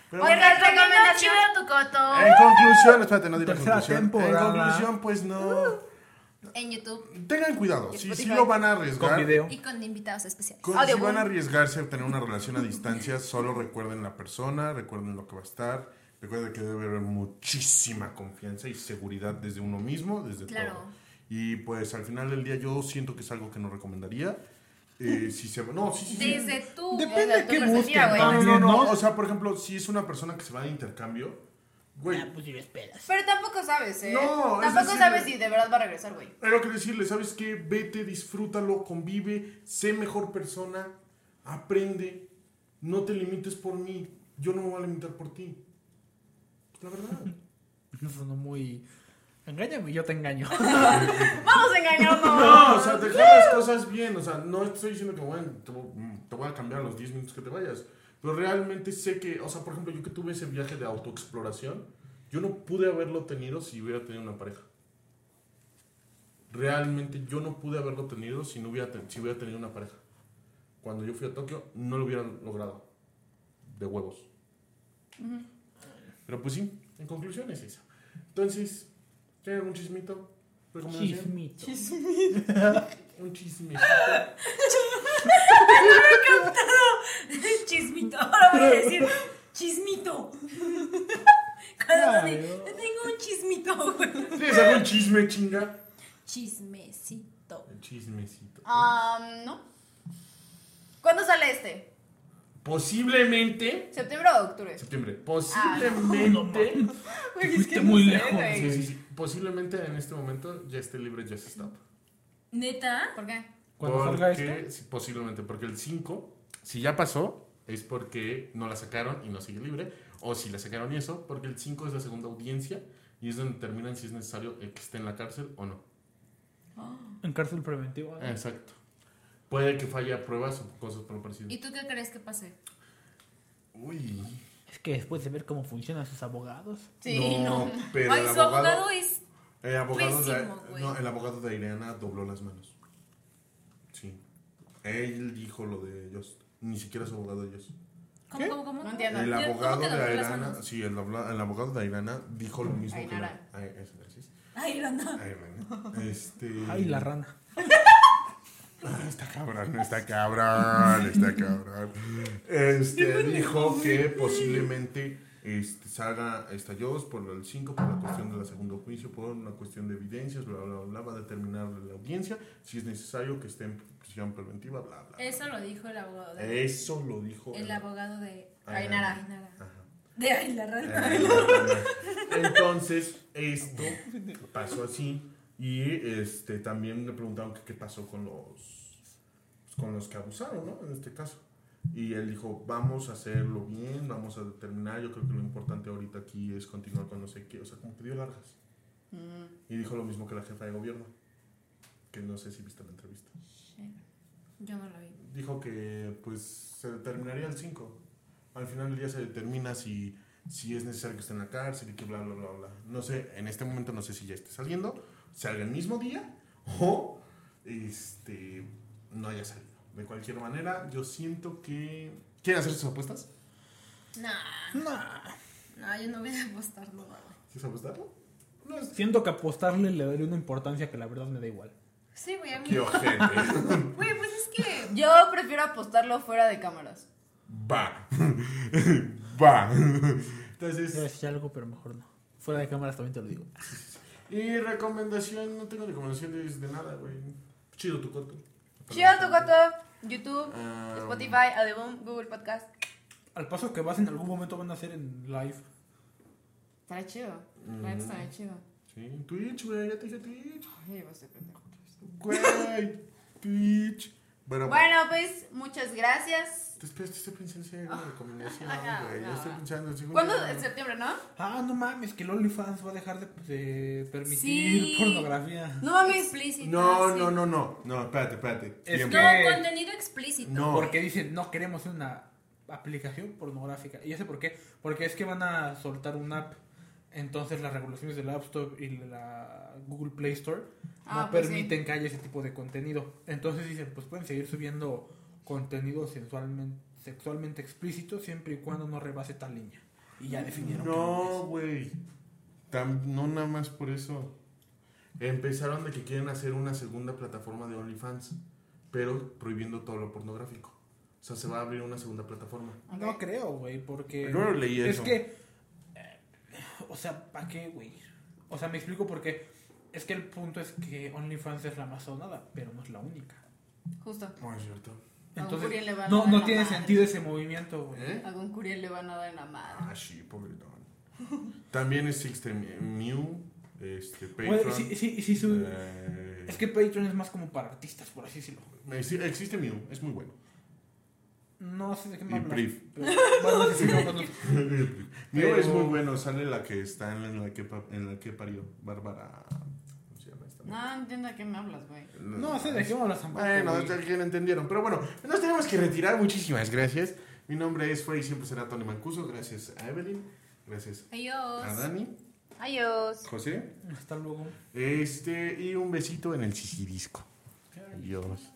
Speaker 1: Pero bueno,
Speaker 4: Oigan,
Speaker 5: recomiendo
Speaker 4: recomendación.
Speaker 5: chido tu coto.
Speaker 1: en conclusión, espérate, no di la
Speaker 3: Tercera
Speaker 1: conclusión.
Speaker 3: temporada.
Speaker 1: En conclusión, pues no.
Speaker 5: En YouTube
Speaker 1: Tengan cuidado,
Speaker 4: Y
Speaker 1: si, si
Speaker 4: Spotify.
Speaker 1: lo van a
Speaker 3: Con
Speaker 1: arriesgar.
Speaker 3: video.
Speaker 5: y con invitados especiales.
Speaker 1: Con- si
Speaker 4: Audioboom.
Speaker 1: van a arriesgarse a tener una relación a distancia, solo recuerden la persona, recuerden lo que va a estar, recuerden que debe haber muchísima confianza y seguridad desde uno mismo, desde
Speaker 5: Claro.
Speaker 1: todo. Y pues al final del día yo siento que es algo que no recomendaría. Eh, si se va- no, sí, sí, sí.
Speaker 5: Desde tú.
Speaker 3: Depende
Speaker 4: Desde
Speaker 3: de
Speaker 4: tu
Speaker 3: qué busquen.
Speaker 4: perspectiva, güey.
Speaker 1: No, no, no,
Speaker 3: también,
Speaker 1: no,
Speaker 3: ¿no?
Speaker 1: O sea, por ejemplo, si es una persona que se va de intercambio, güey,
Speaker 4: Pero tampoco sabes, ¿eh?
Speaker 1: No, es
Speaker 4: Tampoco
Speaker 1: decir-
Speaker 4: sabes si de verdad va a regresar, güey.
Speaker 1: Hay algo que decirle, ¿sabes qué? Vete, disfrútalo, convive, sé mejor persona, aprende, no te limites por mí, yo no me voy a limitar por ti. La verdad.
Speaker 3: Sonó muy. Engáñame, yo te engaño.
Speaker 4: Vamos a engañarnos.
Speaker 1: No, o sea, dejar las cosas bien, o sea, no estoy diciendo que bueno, te, voy- mm, te voy a cambiar los 10 minutos que te vayas, pero realmente sé que, o sea, por ejemplo, yo que tuve ese viaje de autoexploración, yo no pude haberlo tenido si hubiera tenido una pareja. Realmente yo no pude haberlo tenido si, no hubiera, ten- si hubiera tenido una pareja. Cuando yo fui a Tokio, no lo hubieran logrado. De huevos. Pero pues sí, en conclusión es eso. Entonces, ¿tienen algún chismito? ¿Recomendación?
Speaker 3: Chismito.
Speaker 1: Un chisme.
Speaker 5: Chismito. Ahora voy a decir chismito. Cuando
Speaker 3: Ay,
Speaker 5: me-
Speaker 3: no.
Speaker 5: tengo un chismito, güey.
Speaker 1: ¿Tienes algún chisme, chinga?
Speaker 5: Chismecito.
Speaker 1: El chismecito.
Speaker 4: Ah, no. ¿Cuándo sale este?
Speaker 1: Posiblemente.
Speaker 4: ¿Septiembre o octubre?
Speaker 1: Septiembre.
Speaker 3: Ah,
Speaker 1: Posiblemente.
Speaker 4: Güey,
Speaker 3: fuiste muy
Speaker 4: sé,
Speaker 3: lejos,
Speaker 1: sí,
Speaker 4: güey.
Speaker 1: sí, sí. Posiblemente en este momento ya esté libre Just Stop.
Speaker 5: Neta.
Speaker 4: ¿Por qué?
Speaker 3: Cuando salga
Speaker 1: Porque-
Speaker 3: esto.
Speaker 1: sí, posiblemente. Porque el 5, si ya pasó, es porque no la sacaron y no sigue libre. O si la sacaron y eso, porque el 5 es la segunda audiencia y es donde determinan si es necesario que esté en la cárcel o no.
Speaker 3: En cárcel preventiva. ¿no?
Speaker 1: Exacto. Puede que falla pruebas o cosas por lo parecido.
Speaker 5: ¿Y tú qué crees que pase?
Speaker 1: Uy.
Speaker 3: Es que después de ver cómo funcionan sus abogados.
Speaker 4: Sí, no.
Speaker 1: pero
Speaker 5: Ay,
Speaker 1: el
Speaker 5: su abogado es.
Speaker 1: El abogado,
Speaker 5: Pésimo,
Speaker 1: de,
Speaker 5: güey.
Speaker 1: no, el abogado de Ileana dobló las manos. Sí. Él dijo lo de ellos. Ni siquiera es abogado de ellos.
Speaker 5: ¿Cómo, cómo, cómo?
Speaker 4: No entiendo.
Speaker 1: El
Speaker 5: Yo- ¿cómo
Speaker 1: abogado
Speaker 5: que
Speaker 1: de
Speaker 5: dobló las
Speaker 1: Airana,
Speaker 5: manos?
Speaker 1: sí, el, abla- el abogado de Airana dijo lo mismo
Speaker 4: Ainara.
Speaker 1: que la- Ay, eso, gracias.
Speaker 2: Ay, no, no.
Speaker 1: Ay, hermana. Este.
Speaker 3: Ay, la rana.
Speaker 1: Ah, Está cabrón, está cabrón, está cabrón. Este, dijo que posiblemente este, salga estalló por el 5 por la cuestión del segundo juicio, por una cuestión de evidencias, bla, bla, bla, va a determinar la audiencia si es necesario que esté en prisión preventiva, bla, bla.
Speaker 2: Eso lo dijo el abogado de.
Speaker 1: Eso lo dijo.
Speaker 2: El abogado de.
Speaker 1: Ainara. Ajá.
Speaker 2: De Ay, la rana.
Speaker 1: Eh, Entonces, esto pasó así. Y este también le preguntaron que qué pasó con los pues, con los que abusaron, ¿no? En este caso. Y él dijo, vamos a hacerlo bien, vamos a determinar, yo creo que lo importante ahorita aquí es continuar con no sé qué, o sea, como pidió largas.
Speaker 4: Mm.
Speaker 1: Y dijo lo mismo que la jefa de gobierno, que no sé si viste la entrevista.
Speaker 2: Yo no lo vi.
Speaker 1: Dijo que pues se determinaría el 5. Al final del día se determina si, si es necesario que esté en la cárcel y que bla, bla, bla, bla. No sé, en este momento no sé si ya esté saliendo, salga el mismo día o este, no haya salido. De cualquier manera, yo siento que... ¿Quieren hacer sus apuestas?
Speaker 2: Nah. No, yo no voy a apostar no mames.
Speaker 1: ¿Quieres apostarlo? No es...
Speaker 3: Siento que apostarle le daría una importancia que la verdad me da igual.
Speaker 2: Sí, güey, a mí.
Speaker 1: ¡Qué ojete!
Speaker 2: Güey, pues es que.
Speaker 4: Yo prefiero apostarlo fuera de cámaras.
Speaker 1: Va. Va.
Speaker 3: Voy a
Speaker 1: Entonces,
Speaker 3: decir algo, pero mejor no. Fuera de cámaras también te lo digo.
Speaker 1: y recomendación, no tengo recomendaciones de nada, güey. Chido tu coto.
Speaker 4: Chido tu gato. YouTube,
Speaker 1: Ah,
Speaker 4: Spotify, Adeboom, Google Podcast.
Speaker 3: Al paso que vas, en algún momento van a hacer en live.
Speaker 4: Estará chido.
Speaker 1: Mm.
Speaker 4: La neta estará chido.
Speaker 1: Sí, Twitch, güey, ya te dije Twitch.
Speaker 4: Ay, ya vas a aprender.
Speaker 1: Güey, Twitch. Bueno,
Speaker 4: Bueno, pues muchas gracias.
Speaker 1: Te espero, te estoy pensando si hay alguna recomendación,
Speaker 4: Ah,
Speaker 1: güey. Yo
Speaker 4: no.
Speaker 1: estoy pensando. si-
Speaker 4: ¿Cuándo? En septiembre, ¿no?
Speaker 3: Ah, no mames, que el OnlyFans va a dejar de, de permitir
Speaker 2: Sí.
Speaker 3: pornografía.
Speaker 4: No mames.
Speaker 2: Explícito.
Speaker 1: No,
Speaker 2: sí.
Speaker 1: no, no, no. No, espérate, espérate.
Speaker 3: Es
Speaker 1: Tiempo.
Speaker 2: No,
Speaker 3: que-
Speaker 2: contenido explícito.
Speaker 1: No.
Speaker 3: Porque dicen, no queremos una aplicación pornográfica. Y ya sé por qué. Porque es que van a soltar una app. Entonces las regulaciones del App Store y la Google Play Store
Speaker 4: Ah,
Speaker 3: no
Speaker 4: pues
Speaker 3: permiten que haya ese tipo de contenido. Entonces dicen, pues pueden seguir subiendo contenido sensualmente, sexualmente explícito siempre y cuando no rebase tal línea. Y ya definieron. que
Speaker 1: No,
Speaker 3: es.
Speaker 1: güey. Tam- No nada más por eso. Empezaron de que quieren hacer una segunda plataforma de OnlyFans, pero prohibiendo todo lo pornográfico. O sea, se va a abrir una segunda plataforma.
Speaker 3: No creo, güey, porque...
Speaker 1: Yo no leí
Speaker 3: Eh, Es
Speaker 1: eso.
Speaker 3: que... eh, O sea, ¿para qué, güey? O sea, me explico por qué. Es que el punto es que OnlyFans es la más sonada, pero no es la única.
Speaker 4: Justo.
Speaker 1: No es cierto.
Speaker 4: Curiel
Speaker 3: Entonces,
Speaker 4: le va a
Speaker 3: no,
Speaker 4: dar
Speaker 3: no
Speaker 4: la
Speaker 3: tiene
Speaker 4: madre.
Speaker 3: sentido ese movimiento, güey.
Speaker 1: ¿Eh?
Speaker 4: Algún curiel le van a dar en la madre.
Speaker 1: Ah, sí, pobre Don. También es Sixte Mew, este,
Speaker 3: Güey,
Speaker 1: Patreon.
Speaker 3: sí, sí, sí, su-
Speaker 1: eh,
Speaker 3: Es que Patreon es más como para artistas, por así decirlo.
Speaker 1: sí, Existe Mew, es muy bueno.
Speaker 3: No sé de qué
Speaker 1: Y
Speaker 3: me hablas.
Speaker 1: Priv.
Speaker 3: pero- bueno, no sé si me hablas.
Speaker 1: Mew
Speaker 3: Pero-
Speaker 1: es muy bueno, sale la que está en la que, pa- en la que parió, Bárbara. ¿Cómo se llama esta?
Speaker 4: No entiendo de qué me hablas, güey.
Speaker 3: No sé de qué me hablas tampoco,
Speaker 1: Bueno,
Speaker 3: güey.
Speaker 1: hasta que lo entendieron. Pero bueno, nos tenemos que retirar. Muchísimas gracias. Mi nombre es Freddy, siempre será Tony Mancuso. Gracias a Evelyn. Gracias a
Speaker 2: Adiós.
Speaker 1: Dani.
Speaker 4: Adiós.
Speaker 1: José.
Speaker 3: Hasta luego.
Speaker 1: Este, y un besito en el sisirisco. Adiós.